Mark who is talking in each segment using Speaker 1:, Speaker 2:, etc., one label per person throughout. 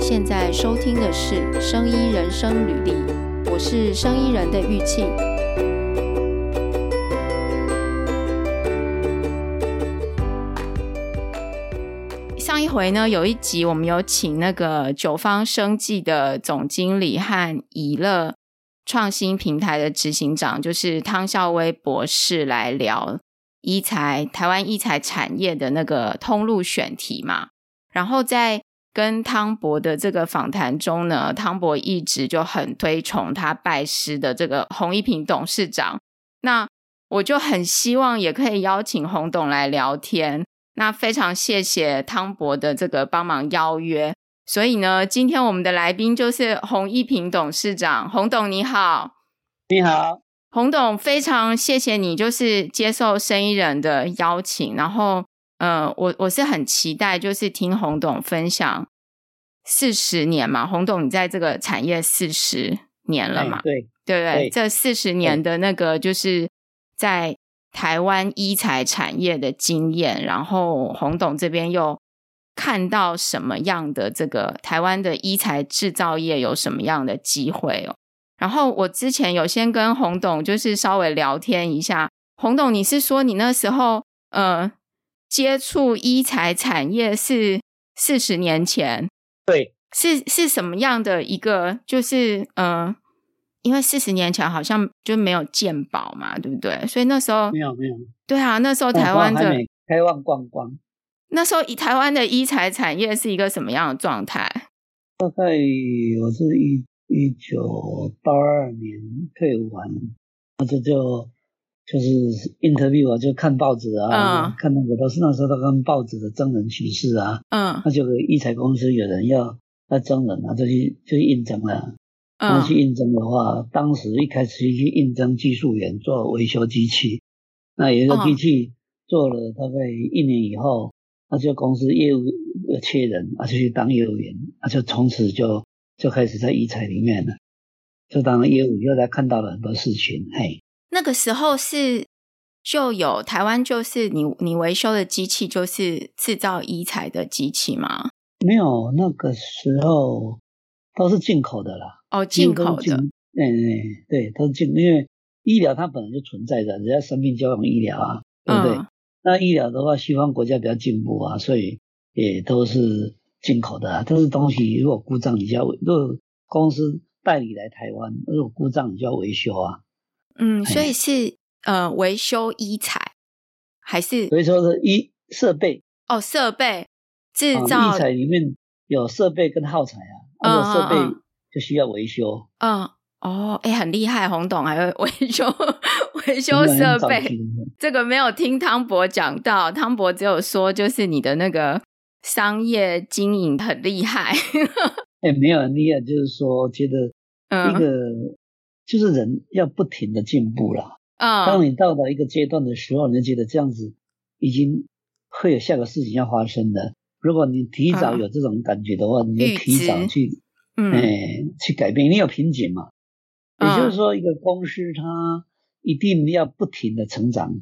Speaker 1: 现在收听的是《生医人生履历》，我是生医人的玉庆。上一回呢，有一集我们有请那个九方生技的总经理和怡乐创新平台的执行长，就是汤孝威博士来聊医材台湾医材产业的那个通路选题嘛。然后在跟汤博的这个访谈中呢，汤博一直就很推崇他拜师的这个洪一平董事长。那我就很希望也可以邀请洪董来聊天。那非常谢谢汤博的这个帮忙邀约，所以呢，今天我们的来宾就是洪一平董事长，洪董你好，
Speaker 2: 你好，
Speaker 1: 洪董非常谢谢你，就是接受生意人的邀请，然后呃，我我是很期待就是听洪董分享四十年嘛，洪董你在这个产业四十年了嘛，
Speaker 2: 哎对，
Speaker 1: 对不对？
Speaker 2: 对
Speaker 1: 这四十年的那个就是在台湾医材产业的经验，然后洪董这边又看到什么样的这个台湾的医材制造业有什么样的机会哦？然后我之前有先跟洪董就是稍微聊天一下，洪董，你是说你那时候呃接触医材产业是四十年前？
Speaker 2: 对，
Speaker 1: 是是什么样的一个？就是呃，因为四十年前好像就没有健保嘛，对不对？所以那时候
Speaker 2: 没，有没有，
Speaker 1: 对啊，那时候台湾
Speaker 2: 我还
Speaker 1: 的
Speaker 2: 没开放逛光，
Speaker 1: 那时候以台湾的医材产业是一个什么样的状态？
Speaker 2: 大概我是一一九八二年退伍完，我这就就是 interview 啊，就看报纸啊，
Speaker 1: 嗯
Speaker 2: 看那个都是那时候都看报纸的真人趋势啊，
Speaker 1: 嗯
Speaker 2: 那就有医材公司有人要要征人啊，就去就去应征了。那去
Speaker 1: 嗯
Speaker 2: 应征的话，当时一开始去应征技术员做维修机器，那有一个
Speaker 1: 哦
Speaker 2: 机器做了大概一年以后，那就公司业务呃缺人，啊就去当业务员，啊就从此就就开始在医材里面了，就当了业务以后才看到了很多事情，嘿，
Speaker 1: 那个时候是就有台湾，就是你你维修的机器就是制造医材的机器吗？
Speaker 2: 没有那个时候都是进口的啦。
Speaker 1: 哦，进
Speaker 2: 几乎
Speaker 1: 口
Speaker 2: 都是进
Speaker 1: 的，，
Speaker 2: 哎哎，对，都是进，因为医疗它本来就存在的，人家生病就要用医疗啊，对不对？
Speaker 1: 嗯
Speaker 2: 那医疗的话，西方国家比较进步啊，所以也都是进口的、啊。但是东西如果故障，你就要维如果公司代理来台湾，如果故障你就要维修啊。
Speaker 1: 嗯，所以
Speaker 2: 哎
Speaker 1: 是呃维修医材还是
Speaker 2: 所以说是医设备，
Speaker 1: 哦，设备制
Speaker 2: 啊
Speaker 1: 造，
Speaker 2: 医材里面有设备跟耗材啊，啊有
Speaker 1: 嗯嗯
Speaker 2: 设备
Speaker 1: 嗯
Speaker 2: 就需要维修，
Speaker 1: 嗯，哦，哎，很厉害，洪董还会 维修维修
Speaker 2: 真的
Speaker 1: 设
Speaker 2: 很早期
Speaker 1: 备，
Speaker 2: 的
Speaker 1: 这个没有听汤博讲到，汤博只有说就是你的那个商业经营很厉害，
Speaker 2: 哎，没有，你也就是说，觉得一
Speaker 1: 嗯
Speaker 2: 个就是人要不停的进步啦。当
Speaker 1: 嗯
Speaker 2: 你到达一个阶段的时候，你就觉得这样子已经会有下个事情要发生的。如果你提早
Speaker 1: 嗯
Speaker 2: 有这种感觉的话，你
Speaker 1: 预
Speaker 2: 就提早
Speaker 1: 知
Speaker 2: 去，
Speaker 1: 嗯
Speaker 2: 哎，去改变。你有瓶颈嘛？也就
Speaker 1: 嗯
Speaker 2: 是说，一个公司它一定要不停的成长，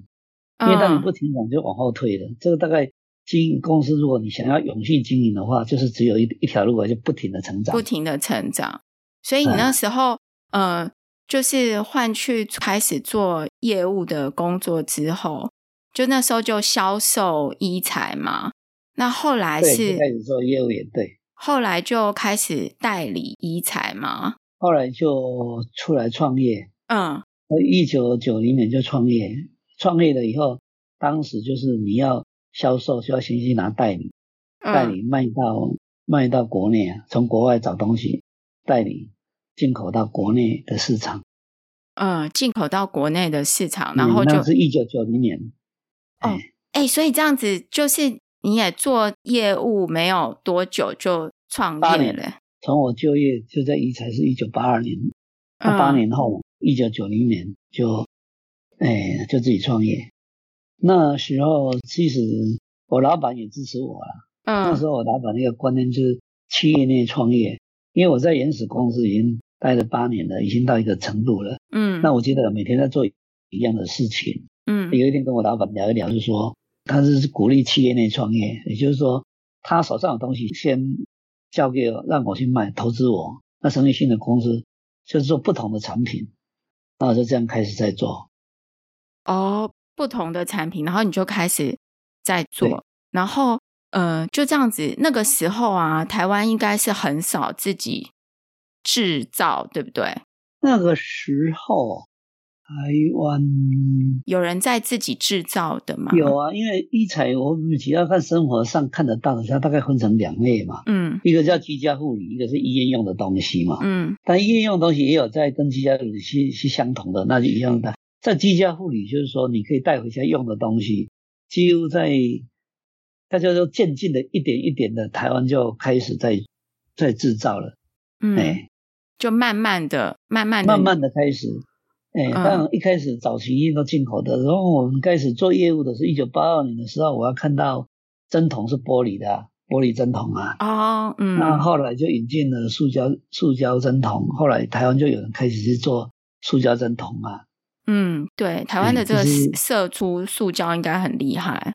Speaker 2: 因为当你不
Speaker 1: 嗯
Speaker 2: 成长就往后退了。这个大概经营公司，如果你想要永续经营的话，就是只有一一条路啊，就不停的成长
Speaker 1: 不。停的成长，所以你那时候呃，就是换去开始做业务的工作之后，就那时候就销售医材嘛，那后来
Speaker 2: 对，
Speaker 1: 是
Speaker 2: 就开始做业务员，对。
Speaker 1: 后来就开始代理医材嘛，
Speaker 2: 后来就出来创业，
Speaker 1: 嗯
Speaker 2: 我一九九零年就创业，创业了以后，当时就是你要销售就要先去拿代理，代
Speaker 1: 嗯
Speaker 2: 理卖到卖到国内啊，从国外找东西代理进口到国内的市场，
Speaker 1: 嗯，进口到国内的市场，然后
Speaker 2: 嗯
Speaker 1: 就
Speaker 2: 那是一九九零年，
Speaker 1: 哎、所以这样子就是你也做业务没有多久就创
Speaker 2: 八
Speaker 1: 业
Speaker 2: 年
Speaker 1: 了，
Speaker 2: 从我就业就在宜才是一九八二年，那哦八
Speaker 1: 嗯
Speaker 2: 年后，一九九零年就，哎，就自己创业。那时候其实我老板也支持我啊，那时
Speaker 1: 嗯
Speaker 2: 候我老板那个观念就是企业内创业，因为我在原始公司已经待了八年了，已经到一个程度了。
Speaker 1: 嗯
Speaker 2: 那我记得每天在做一样的事情。
Speaker 1: 嗯
Speaker 2: 有一天跟我老板聊一聊，就说他是鼓励企业内创业，也就是说他手上的东西先交给我，让我去卖，投资我。那成立新的公司，就是做不同的产品，然后就这样开始在做。
Speaker 1: 哦，不同的产品，然后你就开始在
Speaker 2: 对
Speaker 1: 做，然后呃，就这样子。那个时候啊，台湾应该是很少自己制造，对不对？
Speaker 2: 那个时候，台湾
Speaker 1: 有人在自己制造的吗？
Speaker 2: 有，啊，因为一彩我们只要看生活上看得到的，它大概分成两类嘛，
Speaker 1: 嗯
Speaker 2: 一个叫居家护理，一个是医院用的东西嘛。
Speaker 1: 嗯
Speaker 2: 但医院用的东西也有在跟居家护理是是相同的，那就一样的。在居家护理就是说，你可以带回家用的东西，几乎在大家都渐进的一点一点的，台湾就开始在在制造了，哎、
Speaker 1: 嗯，就慢慢的、慢慢的、
Speaker 2: 慢慢的开始，哎、
Speaker 1: 嗯
Speaker 2: 当然一开始早期一定都进口的，然后我们开始做业务的是一九八二年的时候，我要看到针筒是玻璃的啊、玻璃针筒啊，
Speaker 1: 哦，嗯
Speaker 2: 那后来就引进了塑胶塑胶针筒，后来台湾就有人开始去做塑胶针筒啊，
Speaker 1: 嗯，对，台湾的
Speaker 2: 哎
Speaker 1: 这个
Speaker 2: 就是
Speaker 1: 射出塑胶应该很厉害。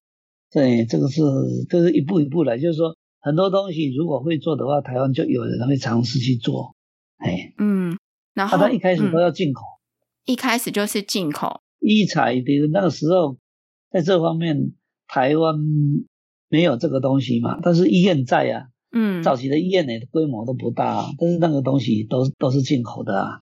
Speaker 2: 对，这个是这是一步一步来，就是说很多东西如果会做的话，台湾就有人会尝试去做，哎，
Speaker 1: 嗯，然后、
Speaker 2: 他、啊、他一开始
Speaker 1: 嗯
Speaker 2: 都要进口。
Speaker 1: 一开始就是进口，
Speaker 2: 医材的那个时候，在这方面台湾没有这个东西嘛，但是医院在啊，
Speaker 1: 嗯，
Speaker 2: 早期的医院呢规模都不大、啊，但是那个东西都都是进口的啊，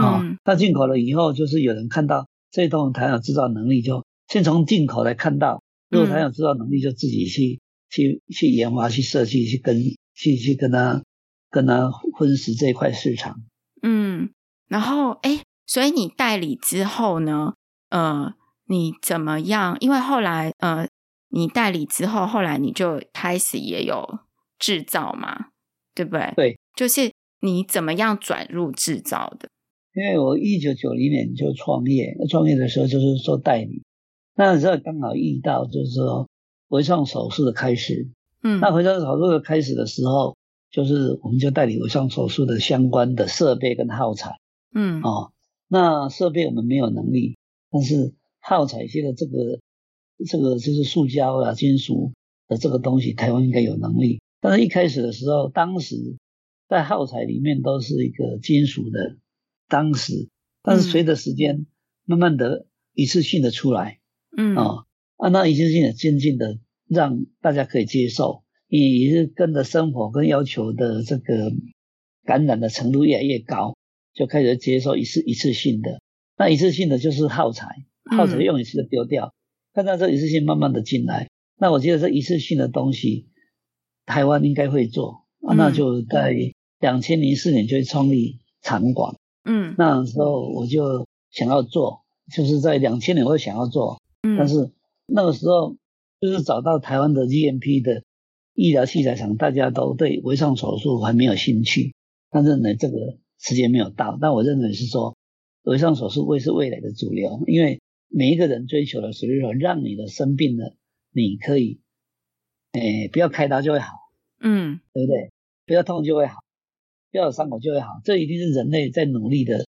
Speaker 2: 啊、
Speaker 1: 嗯
Speaker 2: 那进口了以后，就是有人看到这栋台湾制造能力就，先从进口来看到，如果
Speaker 1: 嗯
Speaker 2: 台湾制造能力就自己去、去去研发、去设计、去跟去去跟他跟他分食这一块市场。
Speaker 1: 嗯，然后哎，所以你代理之后呢，呃，你怎么样？因为后来呃，你代理之后，后来你就开始也有制造嘛，对不对？
Speaker 2: 对，
Speaker 1: 就是你怎么样转入制造的？
Speaker 2: 因为我一九九零年就创业，创业的时候就是做代理，那时候刚好遇到就是说微创手术的开始。
Speaker 1: 嗯
Speaker 2: 那微创手术的开始的时候，就是我们就代理微创手术的相关的设备跟耗材
Speaker 1: 嗯
Speaker 2: 哦。那设备我们没有能力，但是耗材现在这个这个就是塑胶啊、金属的这个东西，台湾应该有能力。但是一开始的时候，当时在耗材里面都是一个金属的，当时，但是随着时间慢慢的一次性的出来
Speaker 1: 嗯
Speaker 2: 啊、哦啊，那一次性的渐进的让大家可以接受，也是跟着生活跟要求的这个感染的程度越来越高，就开始接受一次一次性的。那一次性的就是耗材，耗材
Speaker 1: 嗯
Speaker 2: 用一次就丢掉，看到这一次性慢慢的进来，那我觉得这一次性的东西，台湾应该会做，啊、
Speaker 1: 嗯
Speaker 2: 那就在两千零四年就创立场馆，
Speaker 1: 嗯
Speaker 2: 那时候我就想要做，就是在两千年我想要做，
Speaker 1: 嗯，
Speaker 2: 但是那个时候就是找到台湾的 GMP 的医疗器材厂，大家都对微创手术还没有兴趣，但是呢，这个时间没有到。但我认为是说，微创手术会是未来的主流，因为每一个人追求的只是说，让你的生病了，你可以，哎、不要开刀就会好，
Speaker 1: 嗯
Speaker 2: 对不对？不要痛就会好，不要有伤口就会好，这一定是人类在努力的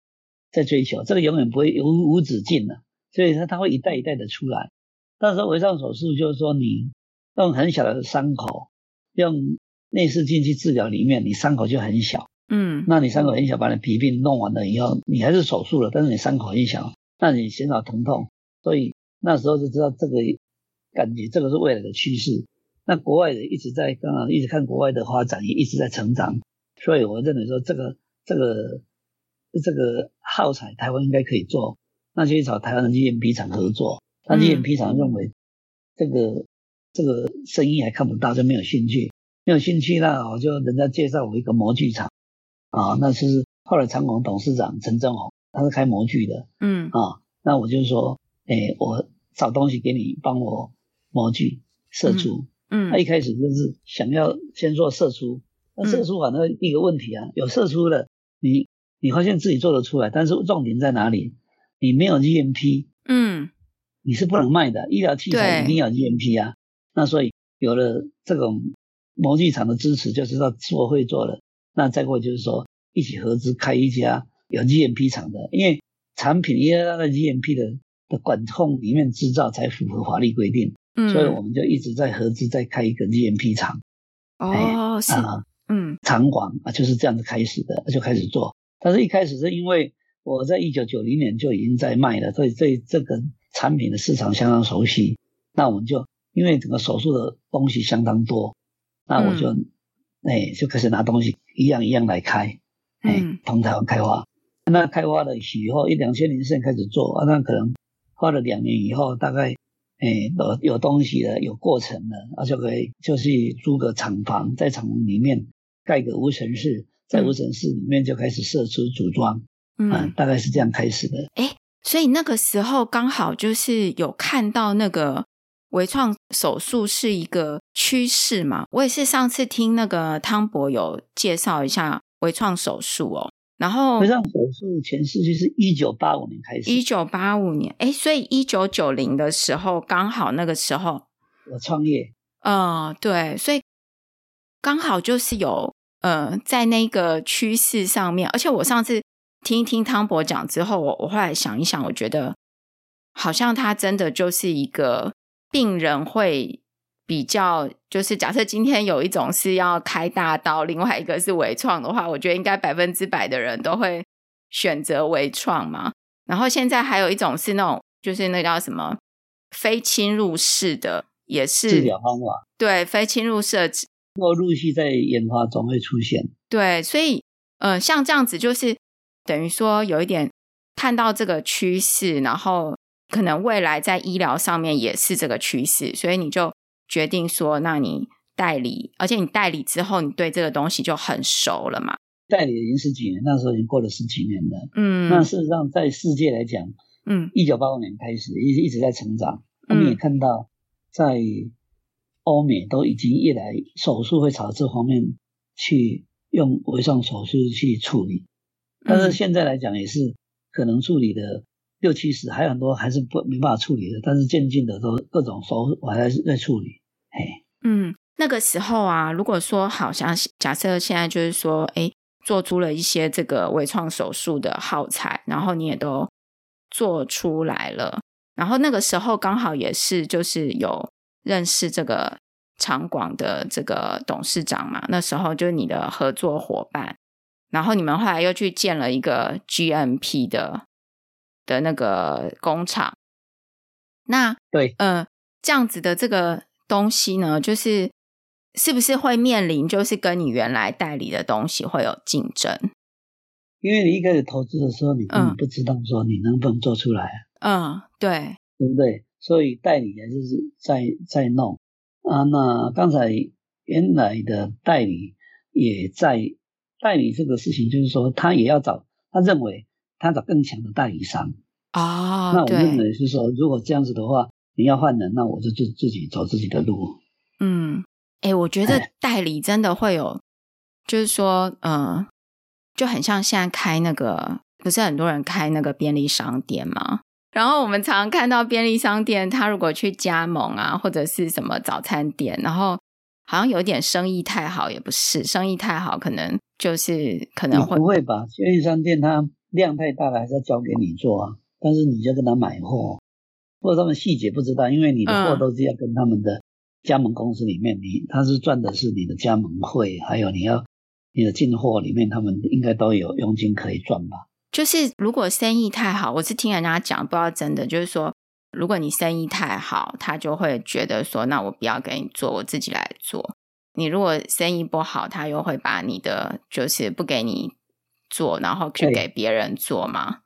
Speaker 2: 在追求，这个永远不会无无止境的、所以它它会一代一代的出来。到时候微创手术就是说你用很小的伤口，用内视镜去治疗里面，你伤口就很小。
Speaker 1: 嗯
Speaker 2: 那你伤口很小，把你皮病弄完了以后，你还是手术了，但是你伤口很小，那你减少疼痛，所以那时候就知道这个感觉，这个是未来的趋势。那国外的一直在刚好一直看国外的发展，也一直在成长，所以我认为说这个这个这个耗材台湾应该可以做，那就去找台湾的 GMP 厂合作。那
Speaker 1: 嗯
Speaker 2: GMP 厂认为这个这个生意还看不到，就没有兴趣，没有兴趣那我就人家介绍我一个模具厂。啊，那是后来长广董事长陈正宏，他是开模具的
Speaker 1: 嗯
Speaker 2: 啊。那我就说，哎、我找东西给你帮我模具射出。
Speaker 1: 嗯
Speaker 2: 他一开始就是想要先做射出，
Speaker 1: 嗯
Speaker 2: 那射出反正一个问题啊，有射出了，你你发现自己做得出来，但是重点在哪里？你没有 GMP，
Speaker 1: 嗯
Speaker 2: 你是不能卖的，医疗器材
Speaker 1: 对
Speaker 2: 一定要 GMP 啊。那所以有了这种模具厂的支持，就知道做会做了。那再过就是说，一起合资开一家有 GMP 厂的，因为产品也要在 GMP 的的管控里面制造才符合法律规定，
Speaker 1: 嗯，
Speaker 2: 所以我们就一直在合资再开一个 GMP 厂
Speaker 1: 哦是
Speaker 2: 啊。
Speaker 1: 嗯
Speaker 2: 长房啊，就是这样子开始的，就开始做。但是一开始是因为我在一九九零年就已经在卖了，所以对这个产品的市场相当熟悉。那我们就因为整个手术的东西相当多，那我就哎、就开始拿东西一样一样来开，哎、
Speaker 1: 嗯
Speaker 2: 从台湾开发。那开发了以后，一两千零四开始做，啊那可能花了两年以后，大概哎，有有东西了，有过程了，啊，就可以就去租个厂房，在厂房里面盖个无尘室，在无尘室里面就开始射出组装，啊
Speaker 1: 嗯，，
Speaker 2: 大概是这样开始的。
Speaker 1: 所以那个时候刚好就是有看到那个微创手术是一个趋势嘛。我也是上次听那个汤博有介绍一下微创手术哦，然后
Speaker 2: 回上手术全世界是一九八五年开始，
Speaker 1: 一九八五年，哎，所以一九九零的时候刚好那个时候
Speaker 2: 我创业，
Speaker 1: 嗯，对，所以刚好就是有呃，在那个趋势上面，而且我上次听一听汤博讲之后，我我后来想一想，我觉得好像他真的就是一个病人会比较，就是假设今天有一种是要开大刀，另外一个是微创的话，我觉得应该百分之百的人都会选择微创嘛。然后现在还有一种是那种，就是那叫什么非侵入式的，也是
Speaker 2: 治疗方法，
Speaker 1: 对非侵入设置，
Speaker 2: 后陆续在研发中会出现。
Speaker 1: 对，所以呃，像这样子就是等于说有一点看到这个趋势，然后可能未来在医疗上面也是这个趋势，所以你就决定说，那你代理，而且你代理之后，你对这个东西就很熟了嘛，
Speaker 2: 代理已经十几年，那时候已经过了十几年了。那
Speaker 1: 嗯
Speaker 2: 事实上，在世界来讲，
Speaker 1: 嗯
Speaker 2: 一九八五年开始一直一直在成长。我们也
Speaker 1: 嗯
Speaker 2: 看到，在欧美都已经越来手术会朝这方面去用微创手术去处理，但是
Speaker 1: 嗯
Speaker 2: 现在来讲也是可能处理的六七十，还有很多还是不没办法处理的，但是渐进的都各种手法还是在处理。哎，
Speaker 1: 嗯，那个时候啊，如果说好像假设现在就是说，哎，做出了一些这个微创手术的耗材，然后你也都做出来了，然后那个时候刚好也是就是有认识这个长广的这个董事长嘛，那时候就是你的合作伙伴，然后你们后来又去建了一个 GMP 的的那个工厂，那
Speaker 2: 对，
Speaker 1: 呃，这样子的这个东西呢，就是是不是会面临就是跟你原来代理的东西会有竞争？
Speaker 2: 因为你一开始投资的时候，你根
Speaker 1: 嗯
Speaker 2: 本不知道说你能不能做出来啊。
Speaker 1: 嗯，对，
Speaker 2: 对不对？所以代理还是在在弄啊。那刚才原来的代理也在代理这个事情，就是说他也要找，他认为他找更强的代理商。那
Speaker 1: 哦，
Speaker 2: 我认
Speaker 1: 对，
Speaker 2: 为是说，如果这样子的话，你要换人，那我就自自己走自己的路。
Speaker 1: 嗯，哎，我觉得
Speaker 2: 哎
Speaker 1: 代理真的会有，就是说，呃，就很像现在开那个，不是很多人开那个便利商店吗？然后我们常常看到便利商店，他如果去加盟啊，或者是什么早餐店，然后好像有点生意太好，也不是生意太好，可能就是可
Speaker 2: 你
Speaker 1: 能会
Speaker 2: 不会吧？便利商店它量太大了，还是要交给你做啊。但是你就跟他买货，或者他们细节不知道，因为你的货
Speaker 1: 嗯
Speaker 2: 都是要跟他们的加盟公司里面，你他是赚的是你的加盟费，还有你要你的进货里面，他们应该都有佣金可以赚吧？
Speaker 1: 就是如果生意太好，我是听人家讲，不知道真的，就是说，如果你生意太好，他就会觉得说，那我不要给你做，我自己来做。你如果生意不好，他又会把你的就是不给你做，然后去
Speaker 2: 对
Speaker 1: 给别人做嘛，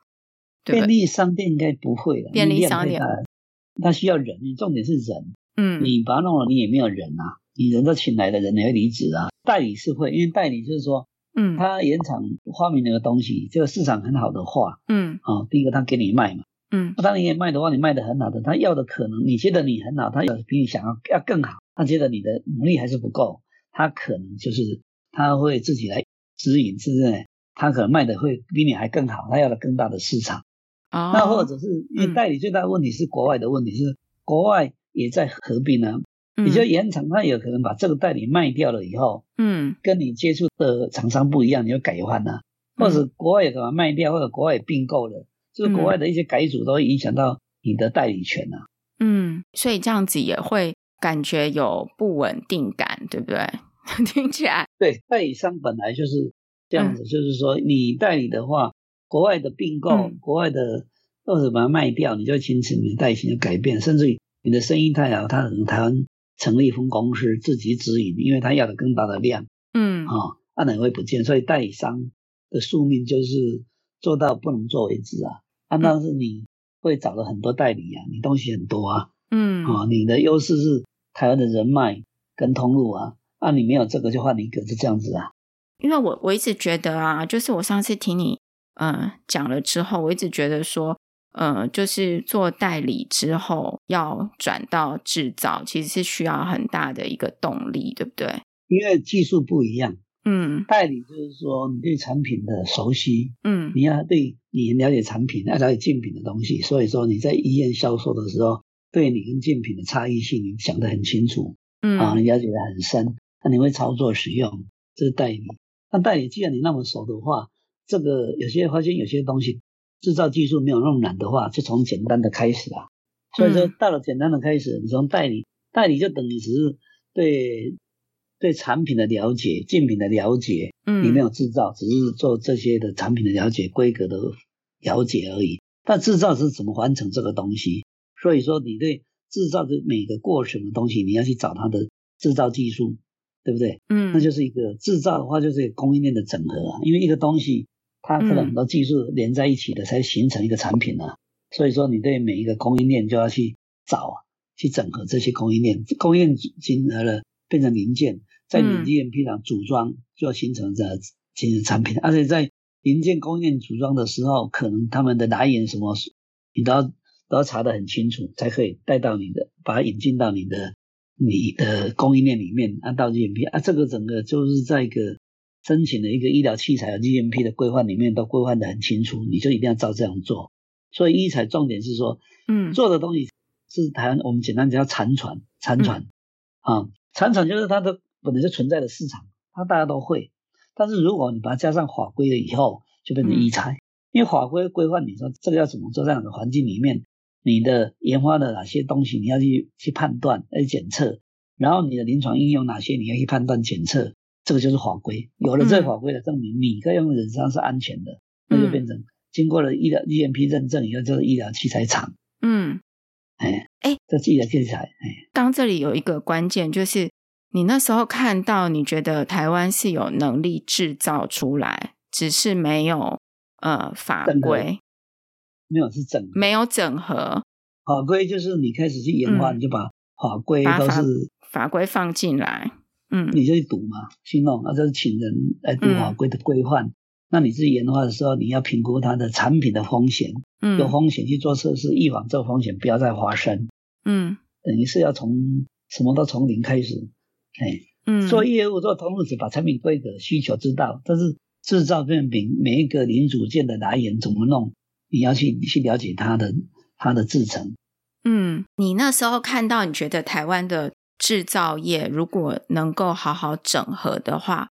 Speaker 1: 对不对？
Speaker 2: 便利商店应该不会的，
Speaker 1: 便利
Speaker 2: 因为量
Speaker 1: 商
Speaker 2: 太
Speaker 1: 店
Speaker 2: 大了，它需要人，重点是人。
Speaker 1: 嗯
Speaker 2: 你把它弄了，你也没有人啊，你人都请来的人，你会离职啊。代理是会，因为代理就是说，
Speaker 1: 嗯
Speaker 2: 他原厂发明了个东西，这个市场很好的话，
Speaker 1: 嗯
Speaker 2: 啊、第一个他给你卖嘛，
Speaker 1: 嗯
Speaker 2: 那当然也卖的话，你卖的很好的，他要的可能你觉得你很好，他要比你想要要更好，他觉得你的努力还是不够，他可能就是他会自己来指引，是不是？他可能卖的会比你还更好，他要了更大的市场。
Speaker 1: 哦，
Speaker 2: 那或者是因
Speaker 1: 嗯
Speaker 2: 为代理最大的问题是国外的问题是，国外也在合并啊，
Speaker 1: 嗯
Speaker 2: 也就原厂他有可能把这个代理卖掉了以后，
Speaker 1: 嗯
Speaker 2: 跟你接触的厂商不一样，你就改换啊了、或者
Speaker 1: 嗯
Speaker 2: 国外也把它卖掉，或者国外也并购了，就是国外的一些改组都会影响到你的代理权啊。
Speaker 1: 嗯嗯，所以这样子也会感觉有不稳定感，对不对？ 听起来
Speaker 2: 对，代理商本来就是这
Speaker 1: 嗯
Speaker 2: 样子，就是说你代理的话，国外的并购、
Speaker 1: 嗯
Speaker 2: 国外的或者把它卖掉，你就因此你的代型就改变，甚至于你的生意太好，他可能台湾成立分公司自己直营，因为他要的更大的量
Speaker 1: 嗯
Speaker 2: 啊，那、能会不见，所以代理商的宿命就是做到不能做为止啊。啊，但
Speaker 1: 嗯
Speaker 2: 是你会找了很多代理啊，你东西很多啊，
Speaker 1: 嗯
Speaker 2: 啊、你的优势是台湾的人脉跟通路啊，啊，你没有这个就换一个，是这样子啊。
Speaker 1: 因为我我一直觉得啊，就是我上次听你呃讲了之后，我一直觉得说，呃，就是做代理之后要转到制造，其实是需要很大的一个动力，对不对？
Speaker 2: 因为技术不一样，
Speaker 1: 嗯
Speaker 2: 代理就是说你对产品的熟悉，
Speaker 1: 嗯
Speaker 2: 你要对你了解产品，要了解竞品的东西，所以说你在医院销售的时候，对你跟竞品的差异性你想得很清楚啊，
Speaker 1: 嗯
Speaker 2: 你了解得很深，那你会操作使用，这是代理。那代理既然你那么熟的话，这个有些发现有些东西制造技术没有那么难的话，就从简单的开始啊。所以说
Speaker 1: 嗯
Speaker 2: 到了简单的开始，你从代理，代理就等于只是对对产品的了解、竞品的了解，
Speaker 1: 嗯，
Speaker 2: 你没有制造，只是做这些的产品的了解、规格的了解而已。但制造是怎么完成这个东西？所以说，你对制造的每个过程的东西，你要去找它的制造技术，对不对？
Speaker 1: 嗯，
Speaker 2: 那就是一个制造的话，就是一个供应链的整合啊。因为一个东西，它可能很多技术连在一起的，才形成一个产品啊。所以说，你对每一个供应链就要去找啊，去整合这些供应链，供应链整合了变成零件，在
Speaker 1: 嗯
Speaker 2: 零件配上组装，就要形成这形成产品。而且在零件供应链组装的时候，可能他们的来源什么，你都要都要查得很清楚，才可以带到你的，把它引进到你的你的供应链里面，按到 GMP 啊，这个整个就是在一个申请的一个医疗器材啊和 GMP 的规范里面都规范的很清楚，你就一定要照这样做。所以医材重点是说，
Speaker 1: 嗯
Speaker 2: 做的东西是台湾我们简单讲叫产传，产
Speaker 1: 嗯
Speaker 2: 传啊，产传就是它的本来就存在的市场，它大家都会。但是如果你把它加上法规了以后，就变成
Speaker 1: 嗯
Speaker 2: 医材，因为法规规范你说这个要怎么做，在哪个环境里面，你的研发的哪些东西你要去去判断，要去检测，然后你的临床应用哪些你要去判断检测，这个就是法规。有了
Speaker 1: 嗯
Speaker 2: 这个法规来证明你在用人身上是安全的，那就
Speaker 1: 嗯
Speaker 2: 变成经过了医疗 EMP 认证以后，就是医疗器材厂。
Speaker 1: 嗯，
Speaker 2: 哎
Speaker 1: 哎，
Speaker 2: 这自己的器材，哎，
Speaker 1: 刚这里有一个关键，就是你那时候看到，你觉得台湾是有能力制造出来，只是没有呃法
Speaker 2: 整合
Speaker 1: 规，
Speaker 2: 没有是整合
Speaker 1: 没有整合，
Speaker 2: 法规，就是你开始去研发，
Speaker 1: 嗯
Speaker 2: 你就把法规
Speaker 1: 把
Speaker 2: 都
Speaker 1: 法
Speaker 2: 是
Speaker 1: 法规放进来，嗯
Speaker 2: 你就去读嘛，去弄，那就是请人来读
Speaker 1: 嗯
Speaker 2: 法规的规范。那你自己研发的时候，你要评估它的产品的风险，
Speaker 1: 嗯
Speaker 2: 有风险去做测试，预防这个风险不要再发生，
Speaker 1: 嗯
Speaker 2: 等于是要从什么都从零开始，哎，
Speaker 1: 嗯，
Speaker 2: 做业务、做通路只把产品规格、需求知道，但是制造变饼每一个零组件的来源怎么弄，你要去去了解它的它的制成。
Speaker 1: 嗯，你那时候看到，你觉得台湾的制造业如果能够好好整合的话，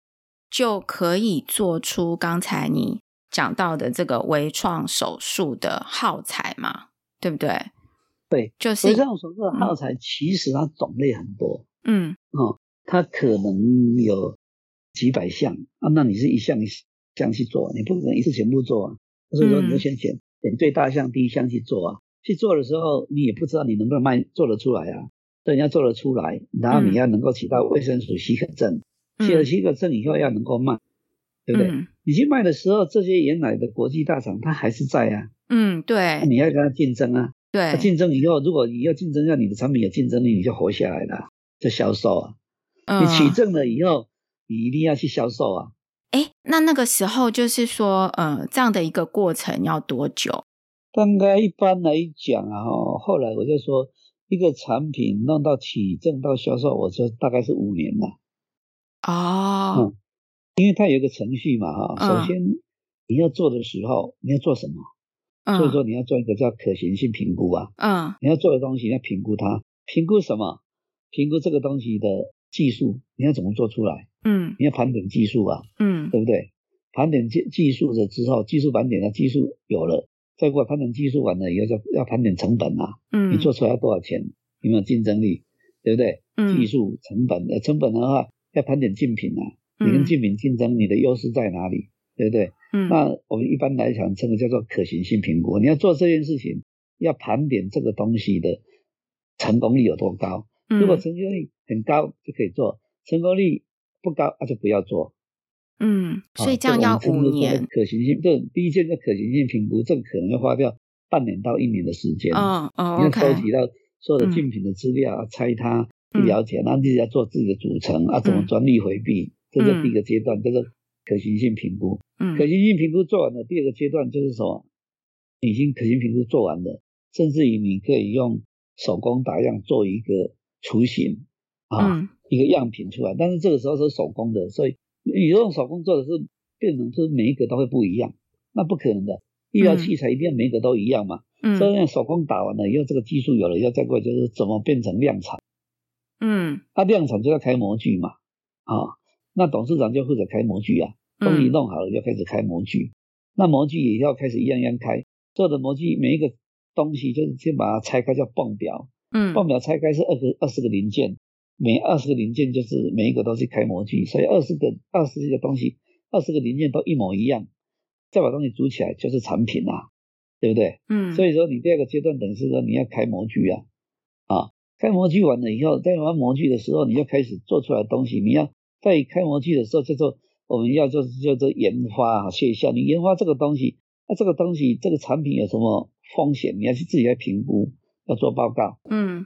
Speaker 1: 就可以做出刚才你讲到的这个微创手术的耗材嘛，对不对？
Speaker 2: 对，
Speaker 1: 就是
Speaker 2: 所以这种手术的耗材其实它种类很多，
Speaker 1: 嗯
Speaker 2: 它可能有几百项啊，那你是一项一项去做，你不可能一次全部做啊，所以说你就
Speaker 1: 嗯
Speaker 2: 先选选最大项第一项去做啊，去做的时候你也不知道你能不能卖做得出来啊，所以你要做得出来，然后
Speaker 1: 嗯
Speaker 2: 你要能够起到卫生署许可证。
Speaker 1: 嗯
Speaker 2: 写了许可证以后要能够卖，对不对？
Speaker 1: 嗯
Speaker 2: 你去卖的时候，这些原来的国际大厂它还是在啊，
Speaker 1: 嗯，
Speaker 2: 那
Speaker 1: 对
Speaker 2: 你要跟它竞争啊。那
Speaker 1: 对，
Speaker 2: 竞争以后，如果你要竞争，让你的产品有竞争力，你就活下来了，就销售啊。
Speaker 1: 嗯
Speaker 2: 你取证了以后，你一定要去销售啊。
Speaker 1: 哎，那那个时候就是说，呃，这样的一个过程要多久？
Speaker 2: 大概一般来讲啊，哦，后来我就说，一个产品弄到取证到销售，我说大概是五年了。
Speaker 1: 哦，
Speaker 2: 因为它有一个程序嘛，哈、
Speaker 1: 嗯
Speaker 2: 首先你要做的时候，你要做什么？
Speaker 1: 嗯
Speaker 2: 所以说你要做一个叫可行性评估啊。
Speaker 1: 嗯
Speaker 2: 你要做的东西，你要评估它，评估什么？评估这个东西的技术，你要怎么做出来？
Speaker 1: 嗯
Speaker 2: 你要盘点技术啊，
Speaker 1: 嗯
Speaker 2: 对不对？盘点技技术了之后，技术盘点了，技术有了，再过来盘点技术完了以后，要要盘点成本啊，
Speaker 1: 嗯，
Speaker 2: 你做出来要多少钱？有没有竞争力？对不对？
Speaker 1: 嗯
Speaker 2: 技术成本，呃，成本的话，要盘点竞品啊，你跟
Speaker 1: 嗯
Speaker 2: 竞品竞争，你的优势在哪里，对不对？
Speaker 1: 嗯
Speaker 2: 那我们一般来讲，这个叫做可行性评估。你要做这件事情，要盘点这个东西的成功率有多高。
Speaker 1: 嗯，
Speaker 2: 如果成功率很高就可以做，成功率不高那、就不要做。
Speaker 1: 嗯，
Speaker 2: 啊
Speaker 1: 所以这样要
Speaker 2: 个我
Speaker 1: 五
Speaker 2: 们称之为
Speaker 1: 年，
Speaker 2: 可行性，这第一件叫可行性评估，这个可能要花掉半年到一年的时间。
Speaker 1: 嗯
Speaker 2: 你
Speaker 1: 哦
Speaker 2: 要
Speaker 1: ，OK，
Speaker 2: 收集到所有
Speaker 1: 嗯
Speaker 2: 的竞品的资料，啊，拆它，去
Speaker 1: 嗯
Speaker 2: 了解，那自己要做自己的组成啊，怎么
Speaker 1: 嗯
Speaker 2: 专利回避，这是
Speaker 1: 嗯
Speaker 2: 第一个阶段，叫做可行性评估。
Speaker 1: 嗯
Speaker 2: 可行性评估做完了，第二个阶段就是什么？已经可行评估做完了，甚至于你可以用手工打样做一个雏形啊，
Speaker 1: 嗯
Speaker 2: 一个样品出来。但是这个时候是手工的，所以你用手工做的是变成是每一个都会不一样，那不可能的。医疗
Speaker 1: 嗯
Speaker 2: 器材一定要每一个都一样嘛？所
Speaker 1: 嗯
Speaker 2: 以呢手工打完了以后，这个技术有了以后，再过来就是怎么变成量产。
Speaker 1: 嗯
Speaker 2: 那、量产就要开模具嘛，啊，那董事长就负责开模具啊。东
Speaker 1: 嗯
Speaker 2: 西弄好了，就开始开模具。那模具也要开始一样一样开，做的模具每一个东西就是先把它拆开叫泵表，
Speaker 1: 嗯
Speaker 2: 泵表拆开是二个二十个零件，每二十个零件就是每一个都是开模具，所以二十个二十个东西，二十个零件都一模一样，再把东西组起来就是产品啦、对不对？
Speaker 1: 嗯，
Speaker 2: 所
Speaker 1: 以
Speaker 2: 以说你第二个阶段等于是说你要开模具啊，啊，开模具完了以后，在玩模具的时候，你就开始做出来的东西，你要在开模具的时候叫做我们要就是叫做研发啊，线下你研发这个东西，那、这个东西这个产品有什么风险，你要去自己来评估，要做报告，
Speaker 1: 嗯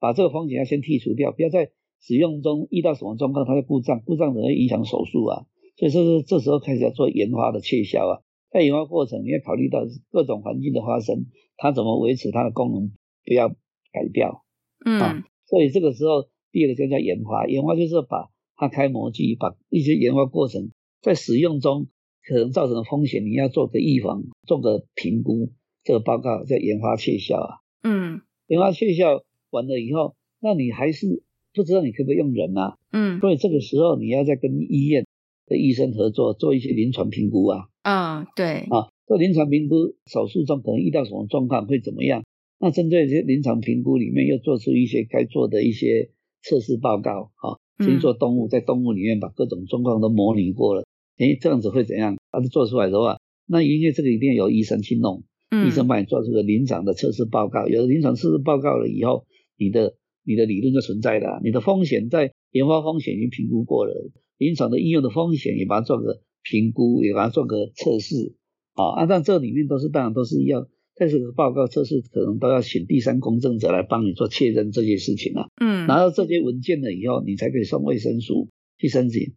Speaker 2: 把这个风险要先剔除掉，不要在使用中遇到什么状况它就故障，故障可能会影响手术啊，所以说是这时候开始要做研发的切销啊，在研发过程你要考虑到各种环境的发生，它怎么维持它的功能不要改掉，
Speaker 1: 嗯
Speaker 2: 啊所以这个时候第二个就叫研发，研发就是把它开模具，把一些研发过程在使用中可能造成的风险，你要做个预防，做个评估，这个报告叫研发切销啊。
Speaker 1: 嗯
Speaker 2: 研发学校完了以后，那你还是不知道你可不可以用人啊，
Speaker 1: 嗯
Speaker 2: 所以这个时候你要再跟医院的医生合作，做一些临床评估啊，
Speaker 1: 啊，对，
Speaker 2: 啊，做临床评估，手术中可能遇到什么状况会怎么样？那针对这些临床评估里面，又做出一些该做的一些测试报告啊，
Speaker 1: 嗯
Speaker 2: 先做动物，在动物里面把各种状况都模拟过了，诶，这样子会怎样？它、啊、做出来的话，那因为这个一定要由医生去弄。
Speaker 1: 嗯
Speaker 2: 医生帮你做出个临床的测试报告，有了临床测试报告了以后，你的你的理论就存在了啊，你的风险在研发风险已经评估过了，临床的应用的风险也把它做个评估，也把它做个测试啊。啊，但这里面都是当然都是要在这个报告测试可能都要请第三公证者来帮你做确认这些事情啊。
Speaker 1: 嗯
Speaker 2: 拿到这些文件了以后，你才可以送卫生署去申请，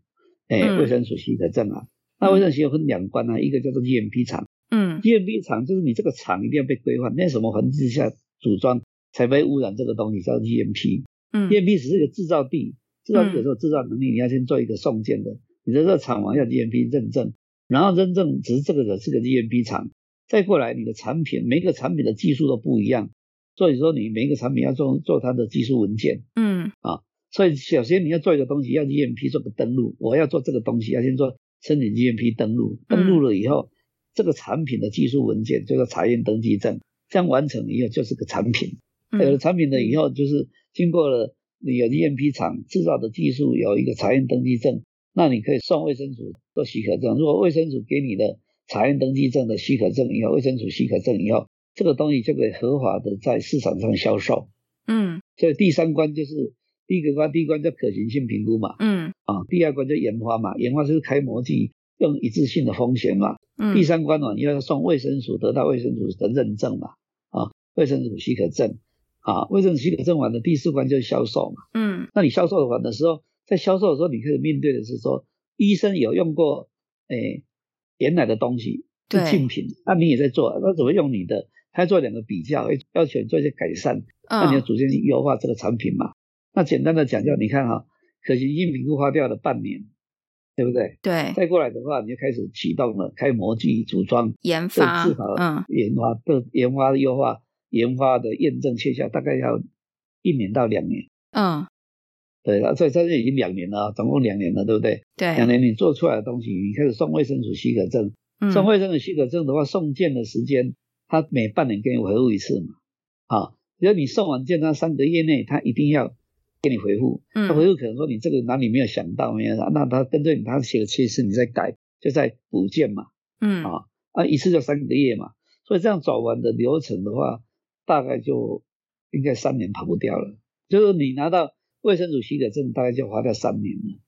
Speaker 2: 哎、
Speaker 1: 嗯
Speaker 2: 卫生署许可证啊。那卫生署有分两关啊，一个叫做 GMP 厂。
Speaker 1: 嗯
Speaker 2: GMP 厂就是你这个厂一定要被规范，在什么环境下组装才不会污染这个东西叫 E GMP。
Speaker 1: 嗯
Speaker 2: GMP 只是一个制造地，制造地
Speaker 1: 嗯
Speaker 2: 有时候制造能力你要先做一个送件的，你的这个厂房要 GMP 认证，然后认证只是这个的是个 GMP 厂，再过来你的产品每一个产品的技术都不一样，所以说你每一个产品要做做它的技术文件。
Speaker 1: 嗯
Speaker 2: 所以首先你要做一个东西，要 GMP 做个登录，我要做这个东西，要先做申请 GMP 登录，登录了以后，这个产品的技术文件就叫查验登记证，这样完成以后就是个产品。有了
Speaker 1: 嗯
Speaker 2: 产品了以后，就是经过了你有 GMP 厂制造的技术有一个查验登记证，那你可以送卫生署做许可证。如果卫生署给你的查验登记证的许可证以后，卫生署许可证以后，这个东西就可以合法的在市场上销售。
Speaker 1: 嗯
Speaker 2: 所以第三关就是第一个关，第一关叫可行性评估嘛，
Speaker 1: 嗯
Speaker 2: 啊，第二关就研发嘛，研发就是开模具用一致性的风险嘛，
Speaker 1: 嗯，
Speaker 2: 第三关嘛，你要送卫生署得到卫生署的认证嘛，啊，卫生署许可证，啊，卫生署许可证完了，第四关就是销售嘛，
Speaker 1: 嗯
Speaker 2: 那你销售完的时候，在销售的时候，你可以面对的是说，医生有用过，诶、原来的东西是
Speaker 1: 对
Speaker 2: 竞品，那你也在做，那怎么用你的？他做两个比较，要求你做一些改善。那你要
Speaker 1: 嗯
Speaker 2: 逐渐去优化这个产品嘛。那简单的讲，就你看哈、可行性评估花掉了半年，对不对？
Speaker 1: 对
Speaker 2: 再过来的话，你就开始启动了开模具组装、
Speaker 1: 研
Speaker 2: 这
Speaker 1: 发
Speaker 2: 至少
Speaker 1: 嗯
Speaker 2: 研发、这研发优化、研发的验证切下，大概要一年到两年。
Speaker 1: 嗯
Speaker 2: 对，那所以这就已经两年了啊，总共两年了，对不对？两
Speaker 1: 对啊
Speaker 2: 年你做出来的东西，你开始送卫生署许可证，
Speaker 1: 嗯
Speaker 2: 送卫生署许可证的话，送件的时间，他每半年给你回复一次嘛。啊，只要你送完件，他三个月内他一定要给你回复，他
Speaker 1: 嗯
Speaker 2: 回复可能说你这个哪里没有想到没有啥，那他针对你他写的缺失，你再改，就再补件嘛，
Speaker 1: 嗯
Speaker 2: 啊啊，一次就三个月嘛，所以这样走完的流程的话，大概就应该三年跑不掉了。就是你拿到卫生署许可证，大概就花掉三年了，